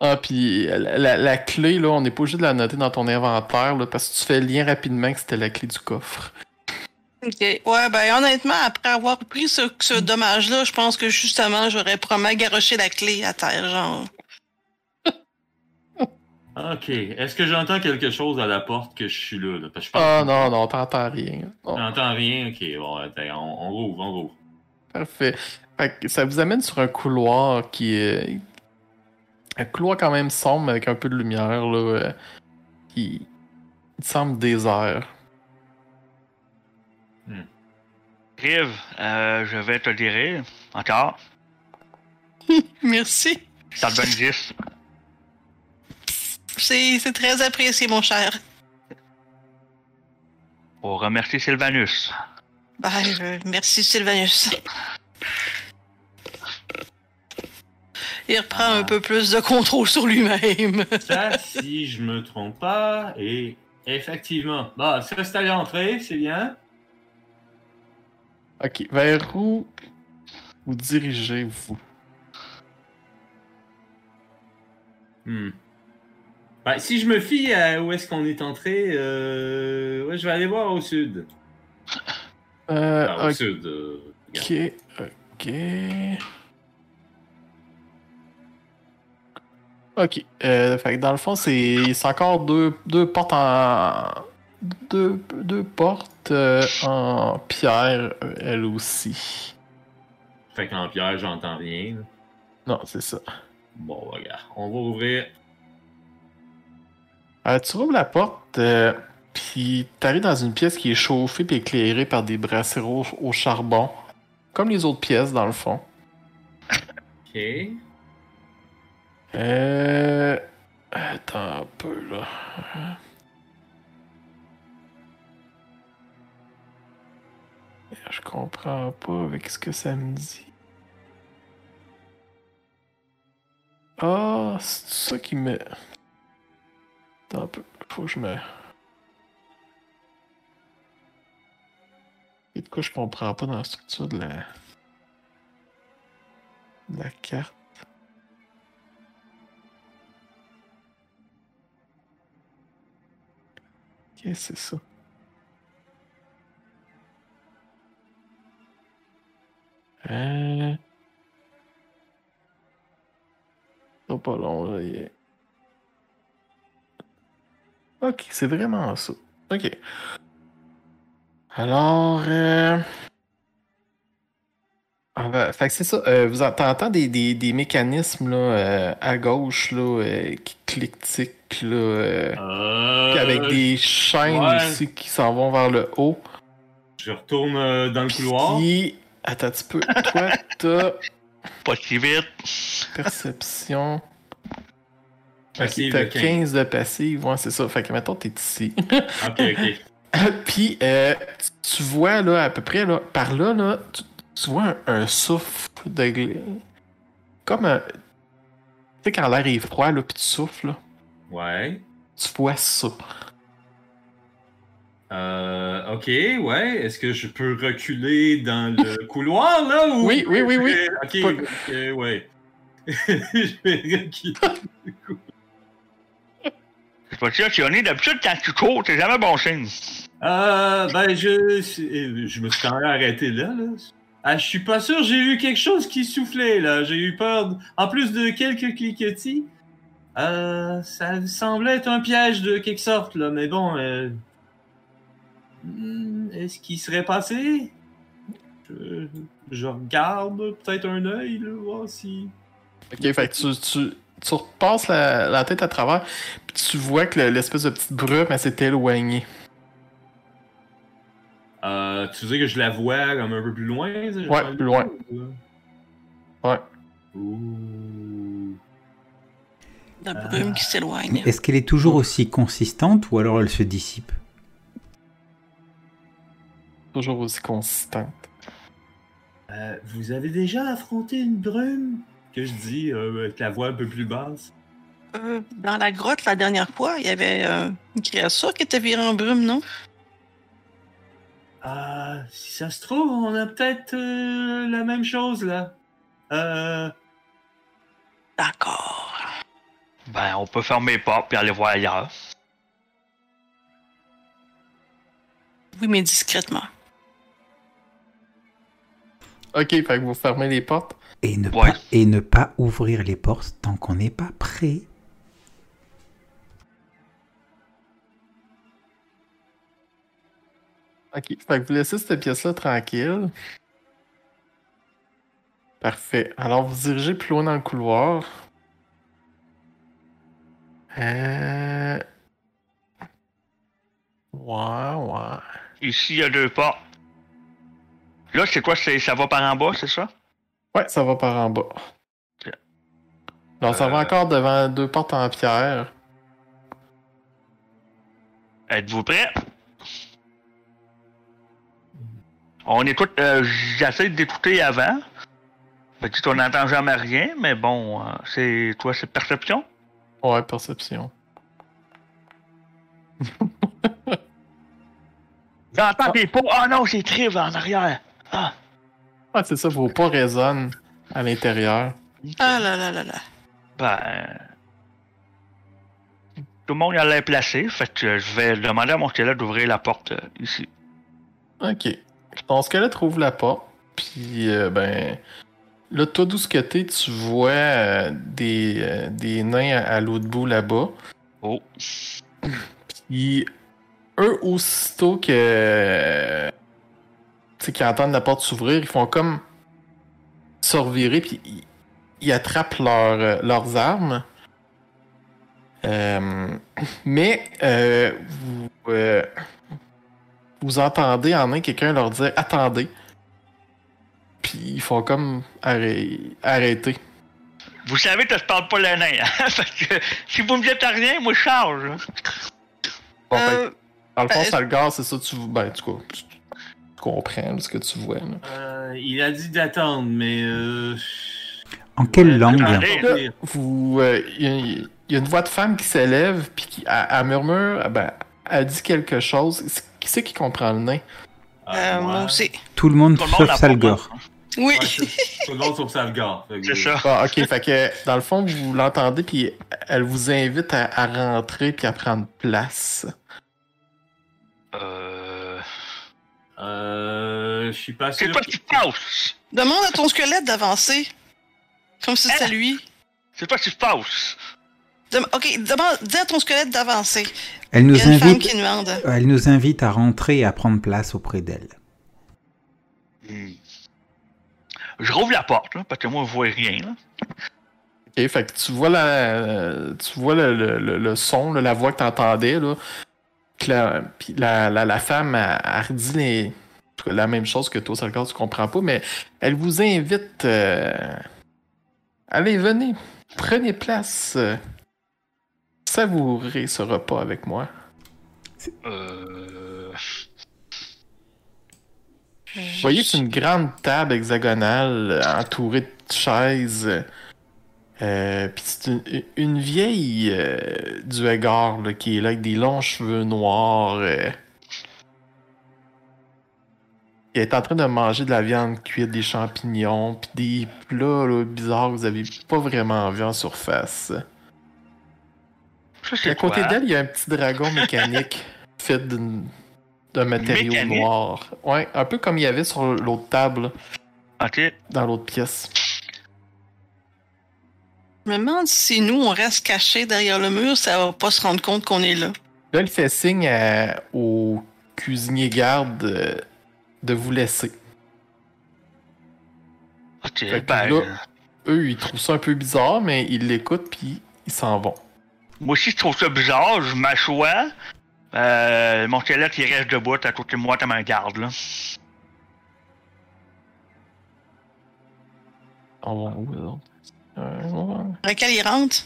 Ah, puis la, la- la clé, là, on n'est pas obligé de la noter dans ton inventaire, là, parce que tu fais le lien rapidement que c'était la clé du coffre.
Ok. Ouais, ben honnêtement, après avoir pris ce, ce dommage-là, je pense que justement, j'aurais probablement garoché la clé à terre, genre.
Ok. Est-ce que j'entends quelque chose à la porte que je suis là? là? Parce que je pense
Ah
que
non, non, t'entends rien. Non,
J'entends rien. Ok, bon, attends, on, on rouvre, on rouvre.
parfait. Fait que ça vous amène sur un couloir qui est. Un couloir quand même sombre, mais avec un peu de lumière, là. euh, qui. Il semble désert.
Rive, euh, je vais te dire, encore,
Merci.
ça te donne 10.
C'est c'est très apprécié, mon cher.
Pour remercier Sylvanus.
Ben, euh, merci, Sylvanus. Il reprend un peu plus de contrôle sur <laughs> lui-même.
Ça, si je me trompe pas, et effectivement. Bah, ça, c'est à l'entrée, c'est bien.
Ok, vers où vous dirigez-vous
Hmm. Ben, si je me fie à où est-ce qu'on est entré, euh... ouais, je vais aller voir au sud.
Euh,
Enfin, au
ok.
sud. euh, regarde.
Ok, ok. Ok, euh, fait que dans le fond, c'est c'est encore deux, deux portes en. Deux, deux portes euh, en pierre, euh, elles aussi.
Fait qu'en pierre, j'entends rien. là.
Non, c'est ça.
Bon, bah, regarde, on va ouvrir.
Euh, tu ouvres la porte, euh, puis t'arrives dans une pièce qui est chauffée puis éclairée par des brasseries au, au charbon. Comme les autres pièces, dans le fond.
Ok.
Euh. Attends un peu, là. Je comprends pas avec ce que ça me dit. Ah, c'est ça qui me. Attends un peu, faut que je me. Et de quoi je comprends pas dans la structure de la. de la carte. Ok, c'est ça. Euh, C'est pas long, là. il est- Ok, c'est vraiment ça. Ok. Alors. euh, ah ben, fait que c'est ça. euh, vous entendez des, des, des mécanismes là, euh, à gauche là, euh, qui cliquent-tic, là, euh,
Euh,
puis avec des chaînes
ouais.
aussi qui s'en vont vers le haut.
Je retourne euh, dans le couloir.
Puis, attends un petit peu. Toi, t'as
Pas si vite.
perception.
Passive,
t'as
le 15.
15 de passive. Ouais, c'est ça. Fait que mettons, t'es ici. <laughs>
Ok, ok.
Puis, euh, tu tu vois, là, à peu près, là, par là, là, tu, tu vois un, un souffle de gla- Comme un. Tu sais, quand l'air est froid, là, puis tu souffles, là,
Ouais.
tu vois ça.
Euh, ok, ouais. Est-ce que je peux reculer dans
<laughs>
le couloir, là? Ou...
Oui, oui, oui, oui.
Euh, Ok,
Pas-
ok, ouais. <laughs> je vais reculer.
Je pas stationné. D'habitude, quand tu cours, c'est jamais bon signe.
Euh, ben, je, je je me suis quand même arrêté là, là. Ah, je suis pas sûr, j'ai eu quelque chose qui soufflait, là. J'ai eu peur, d- en plus de quelques cliquetis. Euh, ça semblait être un piège de quelque sorte, là, mais bon. euh, hmm, Est-ce qu'il serait passé? Je, je regarde peut-être un œil, là, voir si.
Ok, fait que tu, tu, tu repasses la, la tête à travers, puis tu vois que le- l'espèce de petite brume, elle s'est éloignée.
Euh, tu veux dire que je la vois comme un peu plus loin? ça, euh?
Ouais,
genre-
plus loin. Ouais.
Ouh.
La brume qui
Mais
s'éloigne.
est-ce qu'elle est toujours aussi consistante ou alors elle se dissipe
Toujours aussi consistante.
Euh, vous avez déjà affronté une brume Que je dis euh, avec la voix un peu plus basse.
Euh, dans la grotte, la dernière fois, il y avait euh, une créature qui était virée en brume, non?
Ah, si ça se trouve, on a peut-être euh, la même chose là. Euh,
D'accord.
Ben, on peut fermer les portes puis aller voir ailleurs.
Oui, mais discrètement.
Ok, fait que vous fermez les portes.
et ne,
Ouais.
pas, et ne pas ouvrir les portes tant qu'on n'est pas prêt.
Ok, fait que vous laissez cette pièce-là tranquille. Parfait. Alors, vous dirigez plus loin dans le couloir. Euh... Ouais, ouais.
Ici, il y a deux portes. Là, c'est quoi? c'est- Ça va par en bas, c'est ça?
Ouais, ça va par en bas.
Ok.
Donc, ça va
Euh.
encore devant deux portes en pierre.
Êtes-vous prêts? On écoute. euh, J'essaie d'écouter avant. Peut-être qu'on n'entend jamais rien, mais bon, euh, c'est toi, c'est perception?
Ouais, perception.
J'entends des pas. Ah non, c'est Triv en arrière. Ah!
Ouais, c'est ça, vos pas résonnent à l'intérieur.
Ah là là là là.
Ben. Tout le monde a l'air placé, fait que je vais demander à mon squelette d'ouvrir la porte euh, ici.
Ok. Ton squelette trouve la porte, puis euh, ben. Là, toi, d'où ce que t'es, tu vois euh, des, euh, des nains à, à l'autre bout là-bas.
Oh.
Puis, eux, aussitôt que. euh, Tu sais, qu'ils entendent la porte s'ouvrir, ils font comme. se revirer, puis ils, ils attrapent leur, euh, leurs armes. Euh, mais, euh, vous. euh, vous entendez en un quelqu'un leur dire attendez. Puis ils font comme arrê- arrêter.
Vous savez que je parle pas le nain, hein? <laughs> fait que si vous me dites rien, moi je charge. hein.
Bon, fait que,
Euh,
dans le fond,
euh,
ça le gars, c'est ça, tu, ben, tu, co- tu- tu comprends ce que tu vois. là.
euh, il a dit d'attendre, mais. Euh,
En quelle
euh,
langue
attendez,
Allez.
Là,
attendez.
vous, euh, il y, a- il y a une voix de femme qui s'élève, puis qui, elle, elle murmure, ben, elle dit quelque chose. C'est- Qui c'est qui comprend le nain?
Ah,
euh,
ouais.
Moi aussi.
Tout le monde
Tout
<laughs>
le monde
sauf
la
Salgor.
porte, hein.
Oui.
Ouais, c'est- Tout le monde sauf Salgar. fait que-
C'est ça.
Bon, Ah, ok, fait que dans le fond, vous l'entendez, puis elle vous invite à, à rentrer, puis à prendre place.
Euh.
Euh, je suis pas
C'est
sûr.
pas ce qui se passe!
Euh. Demande à ton squelette d'avancer. Comme si c'était lui.
C'est pas ce qui se passe.
Dem- ok, demande, dis à ton squelette d'avancer.
Elle
Il y
nous
a une femme
invite,
qui demande.
elle nous invite à rentrer et à prendre place auprès d'elle.
Hmm. Je rouvre la porte, là, parce que moi, je vois rien. Là.
Ok, fait que tu vois la, euh, tu vois le, le- le- le son, là, la voix que t'entendais là, que la, puis la, la- la femme elle, elle redit les- la même chose que toi, encore tu comprends pas, mais elle vous invite. euh, allez, venez, prenez place, euh, savourez ce repas avec moi.
Euh...
Vous voyez que c'est une grande table hexagonale euh, entourée de chaises. Euh, Puis c'est une, une vieille euh, du hagard là, qui est là avec des longs cheveux noirs. euh. Elle est en train de manger de la viande cuite, des champignons, puis des plats là, bizarres que vous avez pas vraiment vu en surface.
Ça,
Puis
c'est
à côté
quoi?
d'elle, il y a un petit dragon mécanique <laughs> fait d'une- d'un matériau
Mécanique?
noir. Ouais, un peu comme il y avait sur l'autre table.
Ok.
dans l'autre pièce.
Je me demande si nous, on reste cachés derrière le mur, ça va pas se rendre compte qu'on est là.
Là, il fait signe à- au cuisinier garde euh, de vous laisser.
Ok,
Fait que
ben.
là- Eux, ils trouvent ça un peu bizarre, mais ils l'écoutent puis ils s'en vont.
Moi aussi, je trouve ça bizarre. Je m'assois. Euh, mon squelette, il reste debout à côté de moi, comme un garde, là.
On va où, eux autres? Euh, on va-
Laquelle il rentre?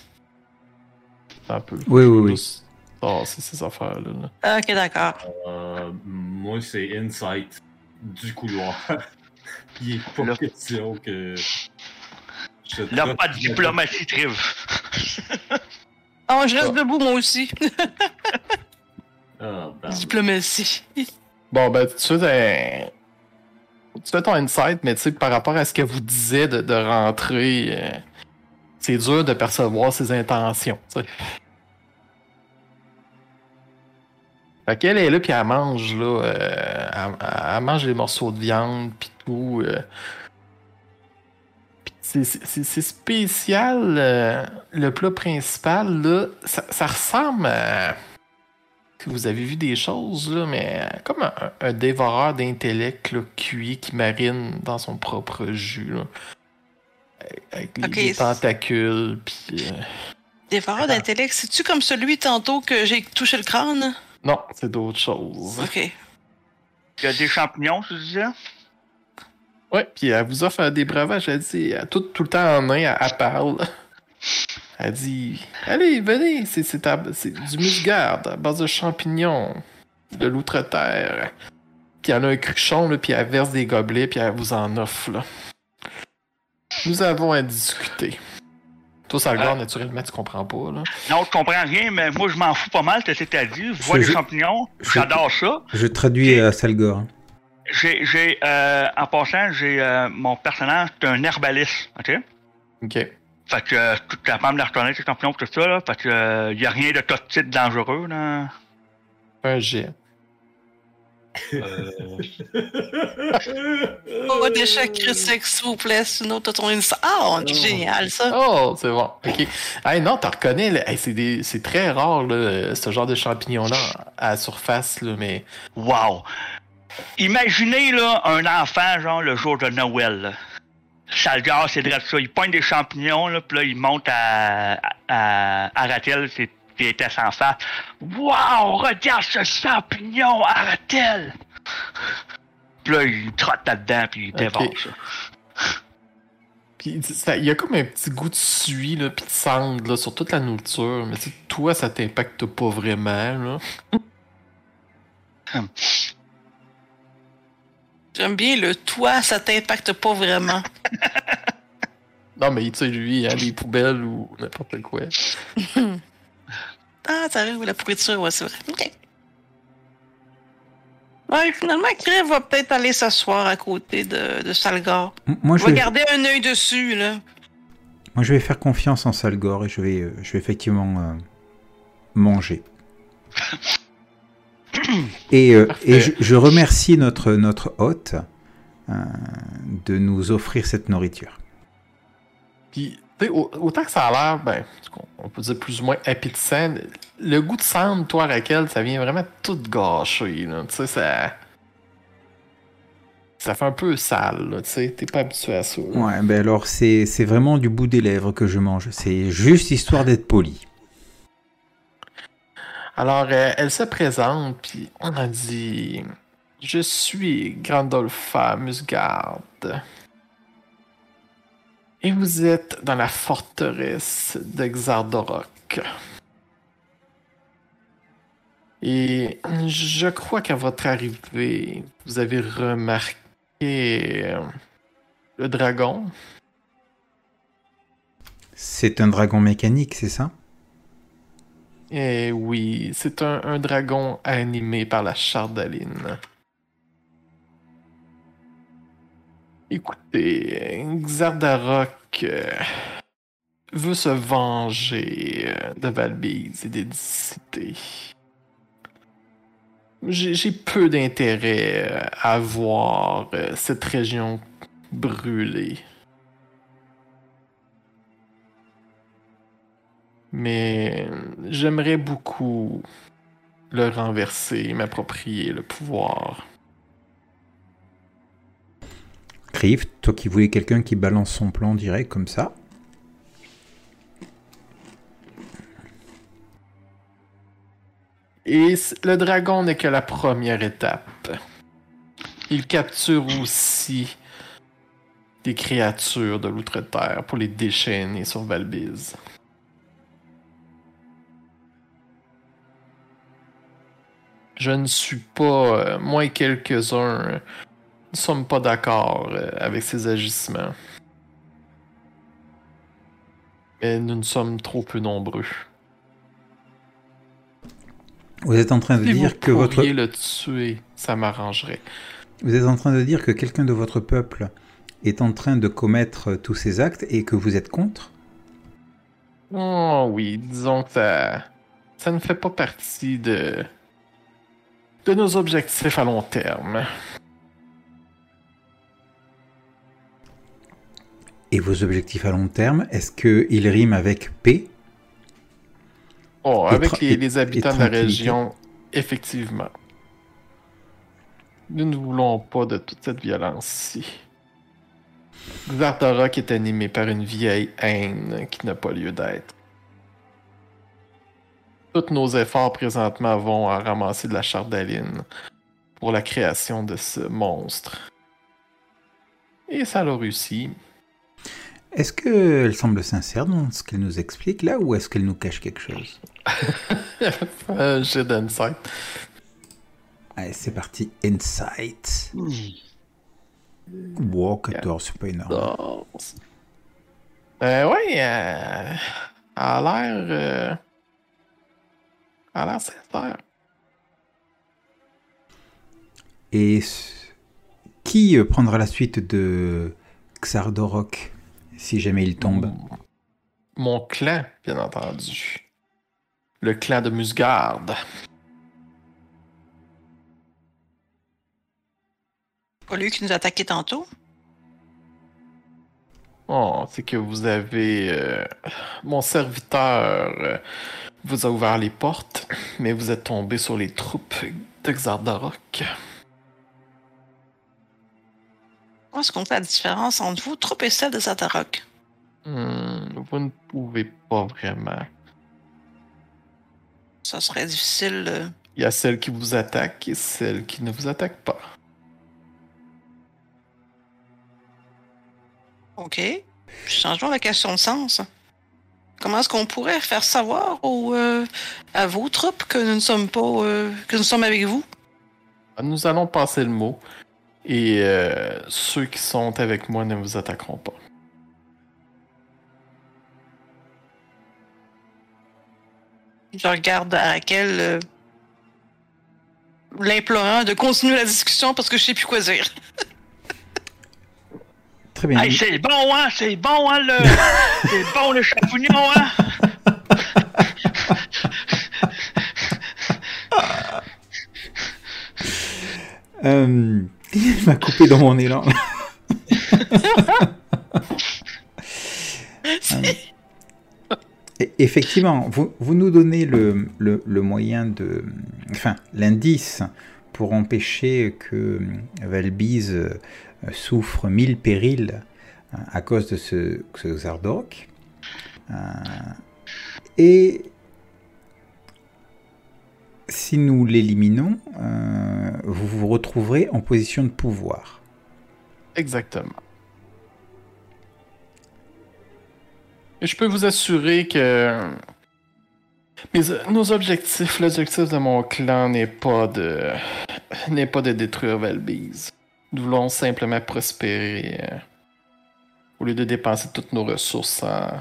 un peu.
Oui, oui, oui.
Juste tasser ces affaires-là. là.
Ah, Ok, d'accord.
Euh, moi, c'est Insight du couloir. <laughs> Il est pas
Là.
question que. je te
Là,
traite
pas de diplomatie trive.
Ah, moi, je reste debout, moi aussi.
Ah,
<laughs>
ben,
Diplomatie.
Bon, ben, tu fais, euh, tu fais ton insight, mais tu sais, par rapport à ce que vous disiez de, de rentrer, euh, c'est dur de percevoir ses intentions. tu sais. Fait qu'elle est là, puis elle mange, là. euh, elle, elle mange les morceaux de viande, puis tout. euh. Puis c'est- c'est c'est- c'est spécial, euh, le plat principal, là. Ça, ça ressemble à que vous avez vu des choses, là, mais euh, comme un, un dévoreur d'intellect là, cuit qui marine dans son propre jus. là. Avec les,
Ok,
les
c'est-
tentacules, puis. euh,
Dévoreur d'intellect, c'est-tu comme celui tantôt que j'ai touché le crâne?
Non, c'est d'autres choses.
Ok.
Il y a des champignons, tu hein? disais?
Ouais, puis elle vous offre euh, des breuvages, elle dit, elle- tout, tout le temps en main, elle, elle parle. <laughs> Elle dit, allez, venez, c'est, c'est, à- c'est du musgarde à base de champignons, de l'outre-terre. Puis elle a un cruchon, là, puis elle verse des gobelets, puis elle vous en offre, là. Nous avons à discuter. Toi, ça regarde, naturellement, tu comprends pas, là.
Non, je comprends rien, mais moi, je m'en fous pas mal de ce que t'as dit. Je vois
C'est
les
ju-
champignons,
c'est-
j'adore ça.
Je traduis euh, Salgore.
J'ai, j'ai, euh, en passant, j'ai euh, mon personnage, c'est un herbaliste, ok?
Ok.
Fait que euh, je suis capable de reconnaître les champignons pis tout ça, là. Fait que euh, y a rien de toxique dangereux, là.
Un jet.
Pas d'échec critique, s'il vous plaît, sinon t'as ton insight. Ah, on- génial, ça.
Oh, c'est bon. OK. Hey, non, t'en reconnais. là. Hey, c'est, des- c'est très rare, là, ce genre de champignons-là, à la surface, là, mais...
Wow! Imaginez, là, un enfant, genre, le jour de Noël, là. Ça le gars, c'est direct ça. Il pointe des champignons, là, pis là, il monte à, à, à Aratel, c'est qui était sans face. Wow! Regarde ce champignon, Aratel! Pis là, il trotte là-dedans, pis il dévore
Ok.
ça.
<laughs> Puis ça- il y a comme un petit goût de suie, là, puis de cendre, là, sur toute la nourriture. Mais tu sais, toi, ça t'impacte pas vraiment, là.
J'aime bien le toit, ça t'impacte pas vraiment.
Non, mais tu sais, lui, a les poubelles ou n'importe quoi.
Ah, t'arrives la pourriture, ouais, c'est vrai. Ok. Ouais, finalement, Crève va peut-être aller s'asseoir à côté de, de Salgar.
M- Moi, je
Va
vais,
garder un œil dessus, là.
moi, je vais faire confiance en Salgore et je vais, euh, je vais effectivement euh, manger. Et, euh, et je, je remercie notre, notre hôte euh, de nous offrir cette nourriture.
Puis Tu sais, au- autant que ça a l'air, ben, on peut dire plus ou moins appétissant, le goût de cendre, toi, Raquel, ça vient vraiment tout gâcher. là. Tu sais, ça. Ça fait un peu sale, là, tu sais. T'es pas habitué à ça. là.
Ouais, ben alors c'est c'est vraiment du bout des lèvres que je mange. C'est juste histoire d'être poli.
Alors, euh, elle se présente, puis on a dit Je suis Grandolpha Musgard. Et vous êtes dans la forteresse de Xardorok. Et je crois qu'à votre arrivée, vous avez remarqué euh, le dragon.
C'est un dragon mécanique, c'est ça
Et Eh oui, c'est un, un dragon animé par la chardaline. Écoutez, Xardarok euh, veut se venger euh, de Valbise et des cités. J'ai j'ai peu d'intérêt euh, à voir euh, cette région brûlée. Mais j'aimerais beaucoup le renverser, m'approprier le pouvoir.
Criff, toi qui voulais quelqu'un qui balance son plan direct comme ça.
Et c- le dragon n'est que la première étape. Il capture aussi des créatures de l'outre-terre pour les déchaîner sur Valbise. Je ne suis pas, euh, moi et quelques-uns, euh, ne sommes pas d'accord euh, avec ses agissements. Mais nous ne sommes trop peu nombreux.
Vous êtes en train de
Si vous
dire que votre
pourriez le tuer, ça m'arrangerait.
vous êtes en train de dire que quelqu'un de votre peuple est en train de commettre tous ces actes et que vous êtes contre
Oh oui, disons que ça, ça ne fait pas partie de, de nos objectifs à long terme.
et vos objectifs à long terme. Est-ce que ils riment avec paix
Oh,
Et
avec
tra-
les, les
et- et
habitants de la
tranquillité.
région, effectivement. Nous ne voulons pas de toute cette violence-ci. Xardarok est animé par une vieille haine qui n'a pas lieu d'être. Tous nos efforts présentement vont à ramasser de la chardaline pour la création de ce monstre. Et ça l'a réussi.
Est-ce qu'elle semble sincère dans ce qu'elle nous explique là ou est-ce qu'elle nous cache quelque chose
Euh, J'ai d'insight.
Allez, c'est parti. Insight. Wow, 14, c'est pas énorme.
danse. Euh, ouais, euh, a l'air. Euh, a l'air sincère.
Et ce- qui euh, prendra la suite de Xardorok si jamais il tombe
Mmh. Mon clan, bien entendu. Le clan de Musgard.
Pas lui qui nous attaquait tantôt.
Oh, c'est que vous avez. euh, mon serviteur euh, vous a ouvert les portes, mais vous êtes tombé sur les troupes de Xardarok.
Comment est-ce qu'on fait la différence entre vous, troupe et celle de Zatarok?
Hmm, vous ne pouvez pas vraiment.
Ça serait difficile. euh,
Il y a celle qui vous attaque et celle qui ne vous attaque pas.
OK. Changeons la question de sens. Comment est-ce qu'on pourrait faire savoir aux, euh, à vos troupes que nous ne sommes pas euh, que nous sommes avec vous?
Nous allons passer le mot. Et euh, ceux qui sont avec moi ne vous attaqueront pas.
Je regarde à laquelle euh, l'implorant de continuer la discussion parce que je sais plus quoi dire. <laughs>
Très bien.
Hey, c'est bon, hein? C'est bon, hein, le... c'est bon, le champignon, hein?
Euh, <laughs> il m'a coupé dans mon élan. E- Effectivement, vous, vous nous donnez le, le- le moyen de. Enfin, l'indice pour empêcher que Valbise euh, souffre mille périls euh, à cause de ce, ce Zardorok. Euh, et si nous l'éliminons, euh, vous vous retrouverez en position de pouvoir.
Exactement. Et je peux vous assurer que mes- nos objectifs, l'objectif de mon clan n'est pas de n'est pas de détruire Valbise. Nous voulons simplement prospérer euh, au lieu de dépenser toutes nos ressources en-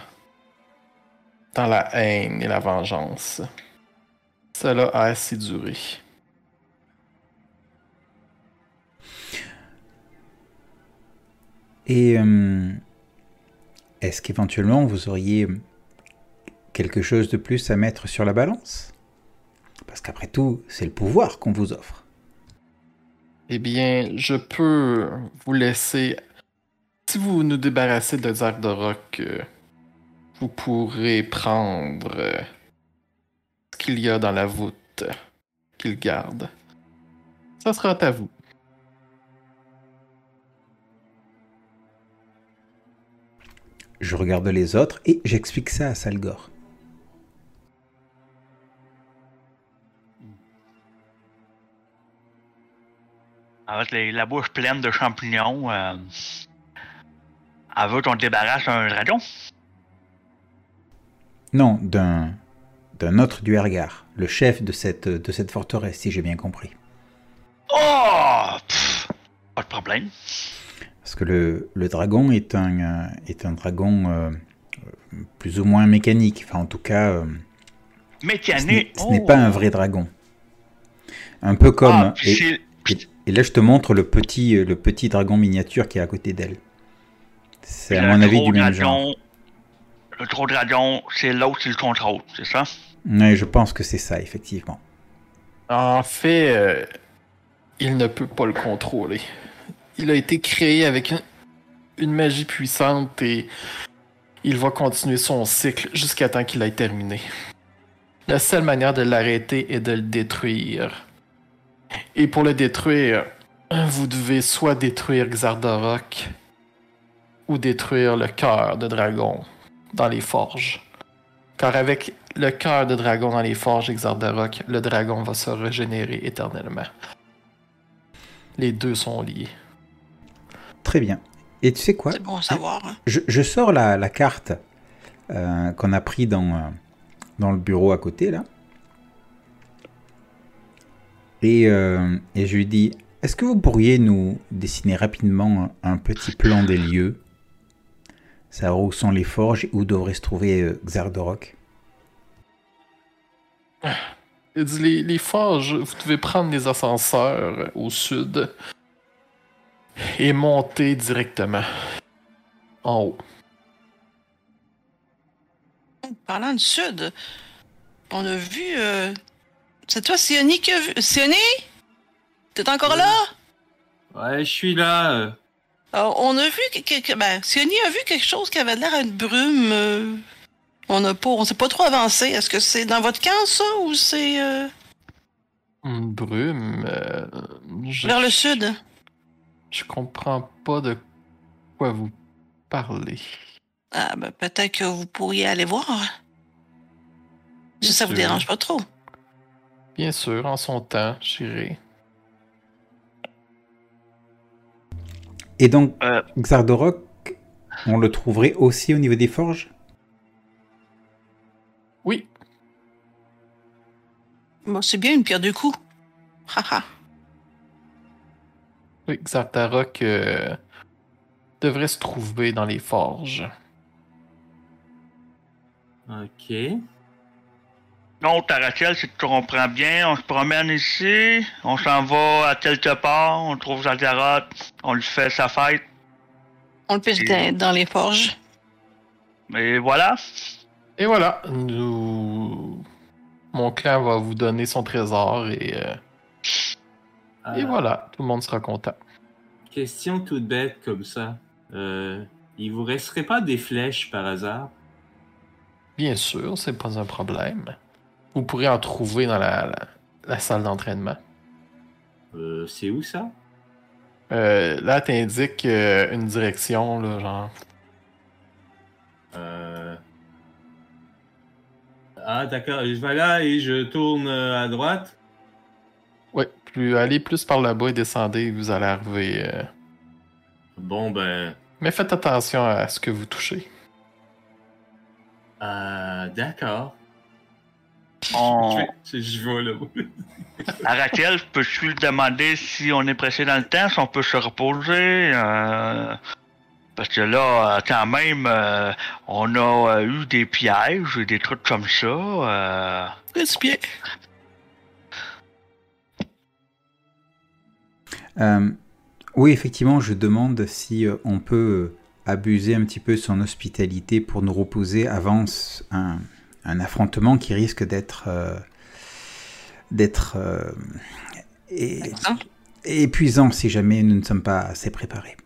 dans la haine et la vengeance. Cela a assez duré.
Et euh, est-ce qu'éventuellement vous auriez quelque chose de plus à mettre sur la balance Parce qu'après tout, c'est le pouvoir qu'on vous offre.
Eh bien, je peux vous laisser. Si vous nous débarrassez de Zardorak, euh, vous pourrez prendre euh, ce qu'il y a dans la voûte euh, qu'il garde. Ça sera à vous.
Je regarde les autres et j'explique ça à Salgor.
Avec Ah, les- la bouche pleine de champignons, euh, elle veut qu'on te débarrasse un dragon.
Non, d'un d'un autre du Ergar, le chef de cette, de cette forteresse, si j'ai bien compris.
Oh! Pff, pas de problème.
Parce que le, le dragon est un, euh, est un dragon euh, euh, plus ou moins mécanique. Enfin, en tout cas, euh, ce n'est
Mécanique. Oh!
ce n'est pas un vrai dragon. Un peu comme.
Ah, puis
et-
c'est-
Et, et là, je te montre le petit, euh, le petit dragon miniature qui est à côté d'elle. C'est à
le
mon avis
gros
du même genre.
dragon- Le gros dragon, c'est l'autre qui le contrôle, c'est ça?
Oui, je pense que c'est ça, effectivement.
En fait, euh, il ne peut pas le contrôler. Il a été créé avec un- une magie puissante et il va continuer son cycle jusqu'à temps qu'il aille terminé. La seule manière de l'arrêter est de le détruire. Et pour le détruire, vous devez soit détruire Xardorok ou détruire le cœur de dragon dans les forges. Car avec le cœur de dragon dans les forges Exardarok, le dragon va se régénérer éternellement. Les deux sont liés.
Très bien. Et tu sais quoi
C'est bon à savoir. hein.
je, je sors la, la carte euh, qu'on a pris dans, euh, dans le bureau à côté, là. Et, euh, et je lui dis, est-ce que vous pourriez nous dessiner rapidement un un petit plan des lieux Ça où sont les forges et où devrait se trouver euh, Xardorok
Il dit, les, les forges, vous devez prendre les ascenseurs au sud et monter directement en haut.
Parlant du Sud, on a vu. euh, C'est toi, Sioni, qui a vu. Sioni? T'es encore là?
Ouais, je suis là. euh,
Euh, on a vu. Que, que- que- ben, Sioni a vu quelque chose qui avait l'air à une brume. euh, On n'a pas. On s'est pas trop avancé. Est-ce que c'est dans votre camp, ça, ou c'est euh,
Une brume. euh, je,
vers le Sud?
je comprends pas de quoi vous parlez.
Ah, ben, peut-être que vous pourriez aller voir. Si ça vous
Sûr.
dérange pas trop.
Bien sûr, en son temps, j'irai.
Et donc,
Euh.
Xardorok, on le trouverait aussi au niveau des forges
Oui,
Bon, c'est bien une pierre deux coups. Haha.
Oui, Xartarok euh, devrait se trouver dans les forges.
Ok.
Donc, Taratiel, si tu comprends bien, on se promène ici, on s'en va à quelque part, on trouve Zandarat, on lui fait sa fête,
on le pisse dans, dans les forges.
et voilà.
Et voilà, nous... Mon clan va vous donner son trésor et, euh,
Ah,
et voilà, tout le monde sera content.
Question toute bête comme ça. Euh, Il vous resterait pas des flèches par hasard?
Bien sûr, c'est pas un problème. Vous pourrez en trouver dans la, la- la salle d'entraînement.
Euh, c'est où ça?
Euh, là, t'indiques euh, une direction, là, genre.
Euh... Ah, d'accord. Je vais là et je tourne euh, à droite.
Ouais, plus allez plus par là-bas et descendez, vous allez arriver. euh.
Bon, ben.
Mais faites attention à ce que vous touchez.
Euh, d'accord. Je
On...
vais- je- J'y vais là.
À Raquel, peux-tu lui demander si on est pressé dans le temps, si on peut se reposer? euh, Parce que là, euh, quand même, euh, on a euh, eu des pièges et des trucs comme ça. euh,
C'est bien.
Euh, oui, effectivement, je demande si euh, on peut abuser un petit peu de son hospitalité pour nous reposer avant s- un, un affrontement qui risque d'être euh, d'être euh, é-
Exemple.
épuisant si jamais nous ne sommes pas assez préparés.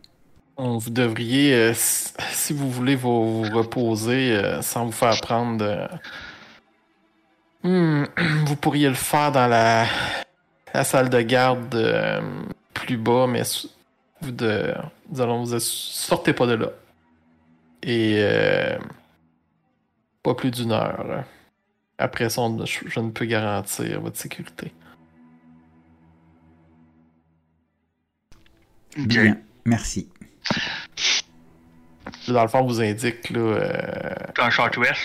On- Vous devriez, euh, s- si vous voulez vous, vous reposer euh, sans vous faire prendre. de- Hmm, <clears throat> vous pourriez le faire dans la, la salle de garde euh, plus bas, mais s- vous de, nous allons vous ass- sortez pas de là. Et euh, pas plus d'une heure. euh, Après ça, on- je, je ne peux garantir votre sécurité.
bien.
Bien, merci.
Dans le fond, on vous indique là. euh,
Un short rest.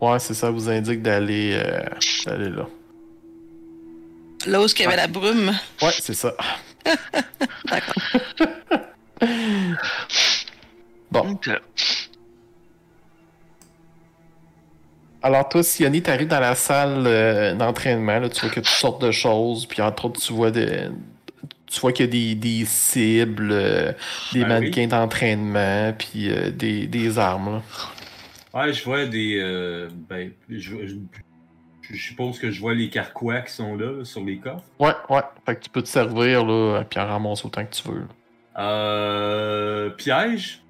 ouais, c'est ça, vous indique d'aller euh, d'aller là.
Là où il y avait la brume.
Ouais, c'est ça.
D'accord.
Bon,
Donc, euh,
alors toi, Sioni, t'arrives dans la salle euh, d'entraînement, là, tu vois que toutes sortes de choses, puis entre autres, tu vois des... Tu vois qu'il y a des, des cibles, euh, des
Ah oui.
mannequins d'entraînement, puis euh, des, des armes. là.
Ouais, je vois des. euh, ben, je, je- je suppose que je vois les carquois qui sont là, là, sur les coffres.
Ouais, ouais. Fait que tu peux te servir, là, puis en ramasser autant que tu veux. là.
Euh, piège.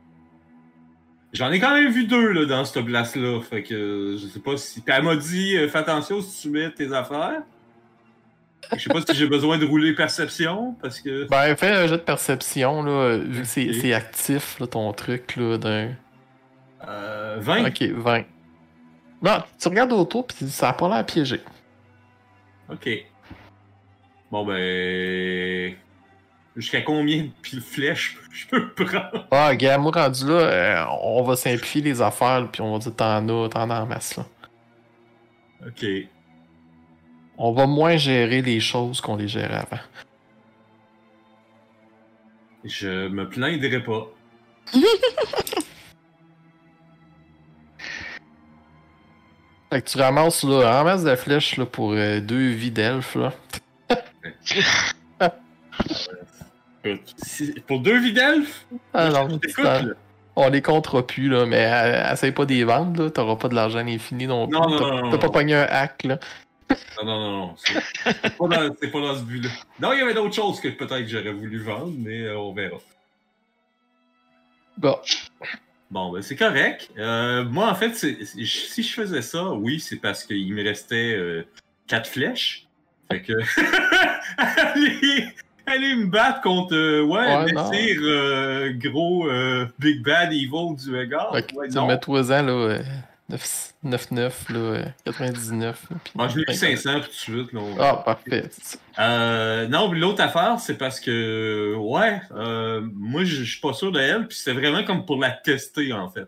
J'en ai quand même vu deux là, dans cette place-là. Fait que euh, je sais pas si. Puis elle m'a dit euh, fais attention si tu mets tes affaires. Fait que Je sais pas si j'ai besoin de rouler perception parce que.
Ben, fais un jet de perception, là, vu que c'est
Ok.
c'est actif, là, ton truc, là, d'un...
Euh, 20.
Ok, 20. Non, tu regardes autour, puis ça a pas l'air piégé.
OK. Bon, ben. Jusqu'à combien de piles flèches je peux prendre
Ah, gars, moi rendu là, euh, on va simplifier les affaires, là, puis on va dire t'en as, t'en as en masse, là.
OK.
On va moins gérer les choses qu'on les gérait avant.
Je me plaindrai pas.
Fait que tu ramasses, là, en masse de flèches, là, pour euh, deux vies d'elfes, là.
Écoute, si- Pour deux videlfes
Ah non,
Écoute,
c'est-
là.
on les comptera plus, là, mais euh, essaye pas d'y vendre, là, t'auras pas de l'argent à l'infini non plus.
Non, non,
T'as-
non, non,
T'as pas
non.
pogné un hack, là.
Non, non, non, non. C'est c'est pas, dans- c'est pas dans ce but-là. Non, il y avait d'autres choses que peut-être j'aurais voulu vendre, mais euh, on verra.
Bon,
Bon, ben c'est correct. Euh, moi, en fait, c'est- c'est- je- si je faisais ça, oui, c'est parce qu'il me restait euh, quatre flèches. Fait que. <laughs> allez, allez me battre contre. euh, ouais,
Ouais, non.
Messire, euh, gros euh, Big Bad Evil du Hagar.
fait que
Ouais,
tu
non.
mets ans, là, euh, 9 99, là, euh, 99. là, puis-
Bon, je l'ai eu 500 tout de suite. là, on-
Ah, parfait.
Euh, non, mais l'autre affaire, c'est parce que, ouais, euh, moi, je je suis pas sûr de elle, puis c'était vraiment comme pour la tester, en fait.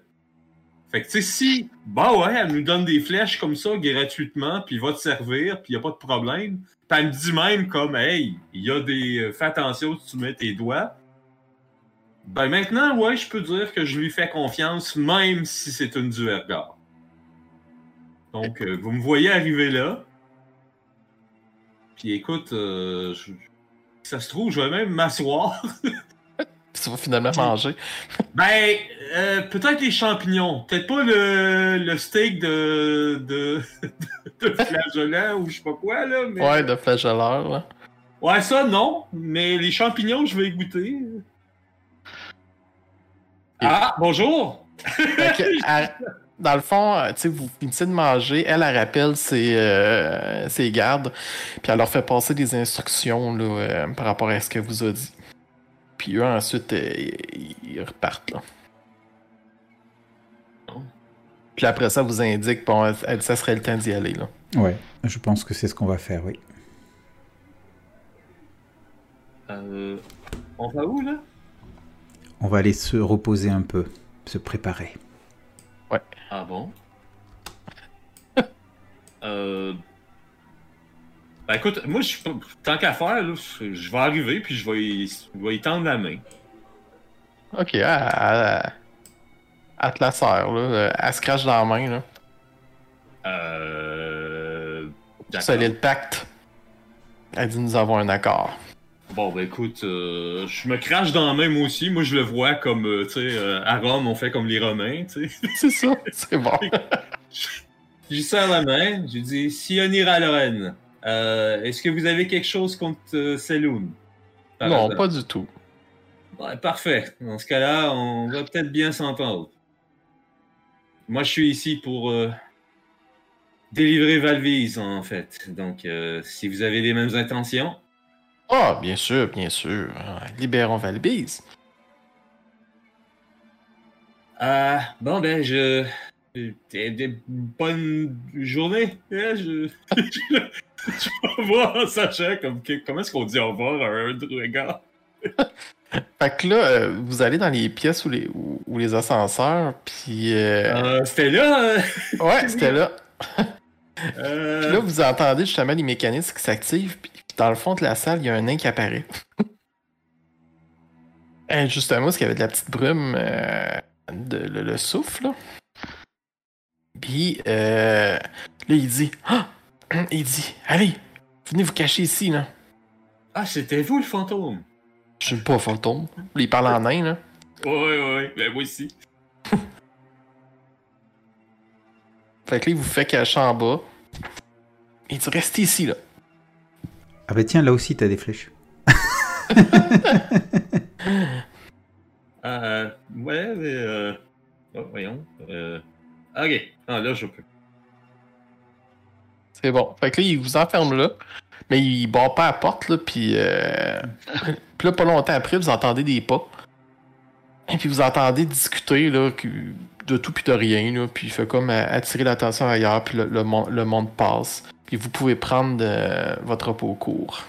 Fait que, tu sais, si, bah ouais, elle nous donne des flèches comme ça, gratuitement, puis va te servir, puis y a pas de problème. Puis elle me dit même comme, hey, il y a des. euh, Fais attention si tu mets tes doigts. Ben maintenant, ouais, je peux dire que je lui fais confiance, même si c'est une du regard. Donc, euh, vous me voyez arriver là. Puis écoute, euh, je- ça se trouve, je vais même m'asseoir. <laughs>
Puis tu vas finalement manger.
Ben, euh, peut-être les champignons. Peut-être pas le, le steak de, de, <laughs> de flageolet ou je sais pas quoi, là. Mais...
Ouais, de flagelleur, là.
Ouais, ça, non. Mais les champignons, je vais y goûter. Ah, bonjour!
Fait que, elle- dans le fond, euh, tu sais, vous finissez de manger, elle, elle rappelle ses, euh, ses gardes, puis elle leur fait passer des instructions là, euh, par rapport à ce qu'elle vous a dit. Puis eux, ensuite, euh, ils- ils repartent. Là. Puis après ça, elle vous indique, bon, elle- elle- ça serait le temps d'y aller. Là.
Ouais, je pense que c'est ce qu'on va faire, oui.
Euh, on va où, là?
On va aller se reposer un peu, se préparer.
Ah <laughs> bon? euh... Ben écoute, moi, je, tant qu'à faire, là, je vais arriver, puis je vais y, je vais y tendre la main.
Ok, elle, elle- elle te la serre, là. Euh, elle se crache dans la main. Là.
Euh... d'accord.
Solide pacte. Elle dit, nous avons un accord. <laughs>
Bon, ben écoute, euh, je me crache dans la main, moi aussi. Moi, je le vois comme, euh, tu sais, euh, à Rome, on fait comme les Romains, tu sais. <laughs>
C'est ça, c'est bon.
J'y serre la main, je dis « Sionira Lorraine, euh, est-ce que vous avez quelque chose contre euh, Saloon? Par
non,
hasard.
pas du tout.
Ouais, parfait. Dans ce cas-là, on va peut-être bien s'entendre. Moi, je suis ici pour euh, délivrer Valvise, en fait. Donc, euh, si vous avez les mêmes intentions,
Ah, bien sûr, bien sûr. Ah, Libérons Valbise.
Ah, bon, ben, je. euh, euh, euh, Bonne journée. Euh, Je, <laughs> je, je vais voir en sachant comme que- comment est-ce qu'on dit au revoir à un dragon.
Fait que là, euh, vous allez dans les pièces ou les, ou, ou les ascenseurs, puis... euh,
Euh, C'était là. euh,
ouais, c'était là. Puis là,
euh,
vous entendez justement les mécanismes qui s'activent, puis dans le fond de la salle, il y a un nain qui apparaît. <laughs> Eh, justement, parce qu'il y avait de la petite brume, euh, de, le, le souffle, là. Puis, euh, là, il dit... Ah! <clears throat> Il dit, allez, venez vous cacher ici, là.
Ah, c'était vous le fantôme.
Je suis pas fantôme. Il parle en nain, là.
Ouais, ouais, ouais. Ben, moi aussi.
Fait que là, il vous fait cacher en bas. Il dit restez ici, là.
Ah bah tiens, là aussi, t'as des flèches.
Ah, euh, ouais, mais. Euh... oh, voyons. Euh... Ok. Ah, là, je peux.
C'est bon. Fait que là, il vous enferme là. Mais il barre pas la porte, là. Puis, euh, puis là, pas longtemps après, vous entendez des pas. Et puis vous entendez discuter, là, que- de tout puis de rien, là. Puis il fait comme euh, attirer l'attention ailleurs. Puis le, le mon- le monde passe. Puis vous pouvez prendre euh, votre repos court.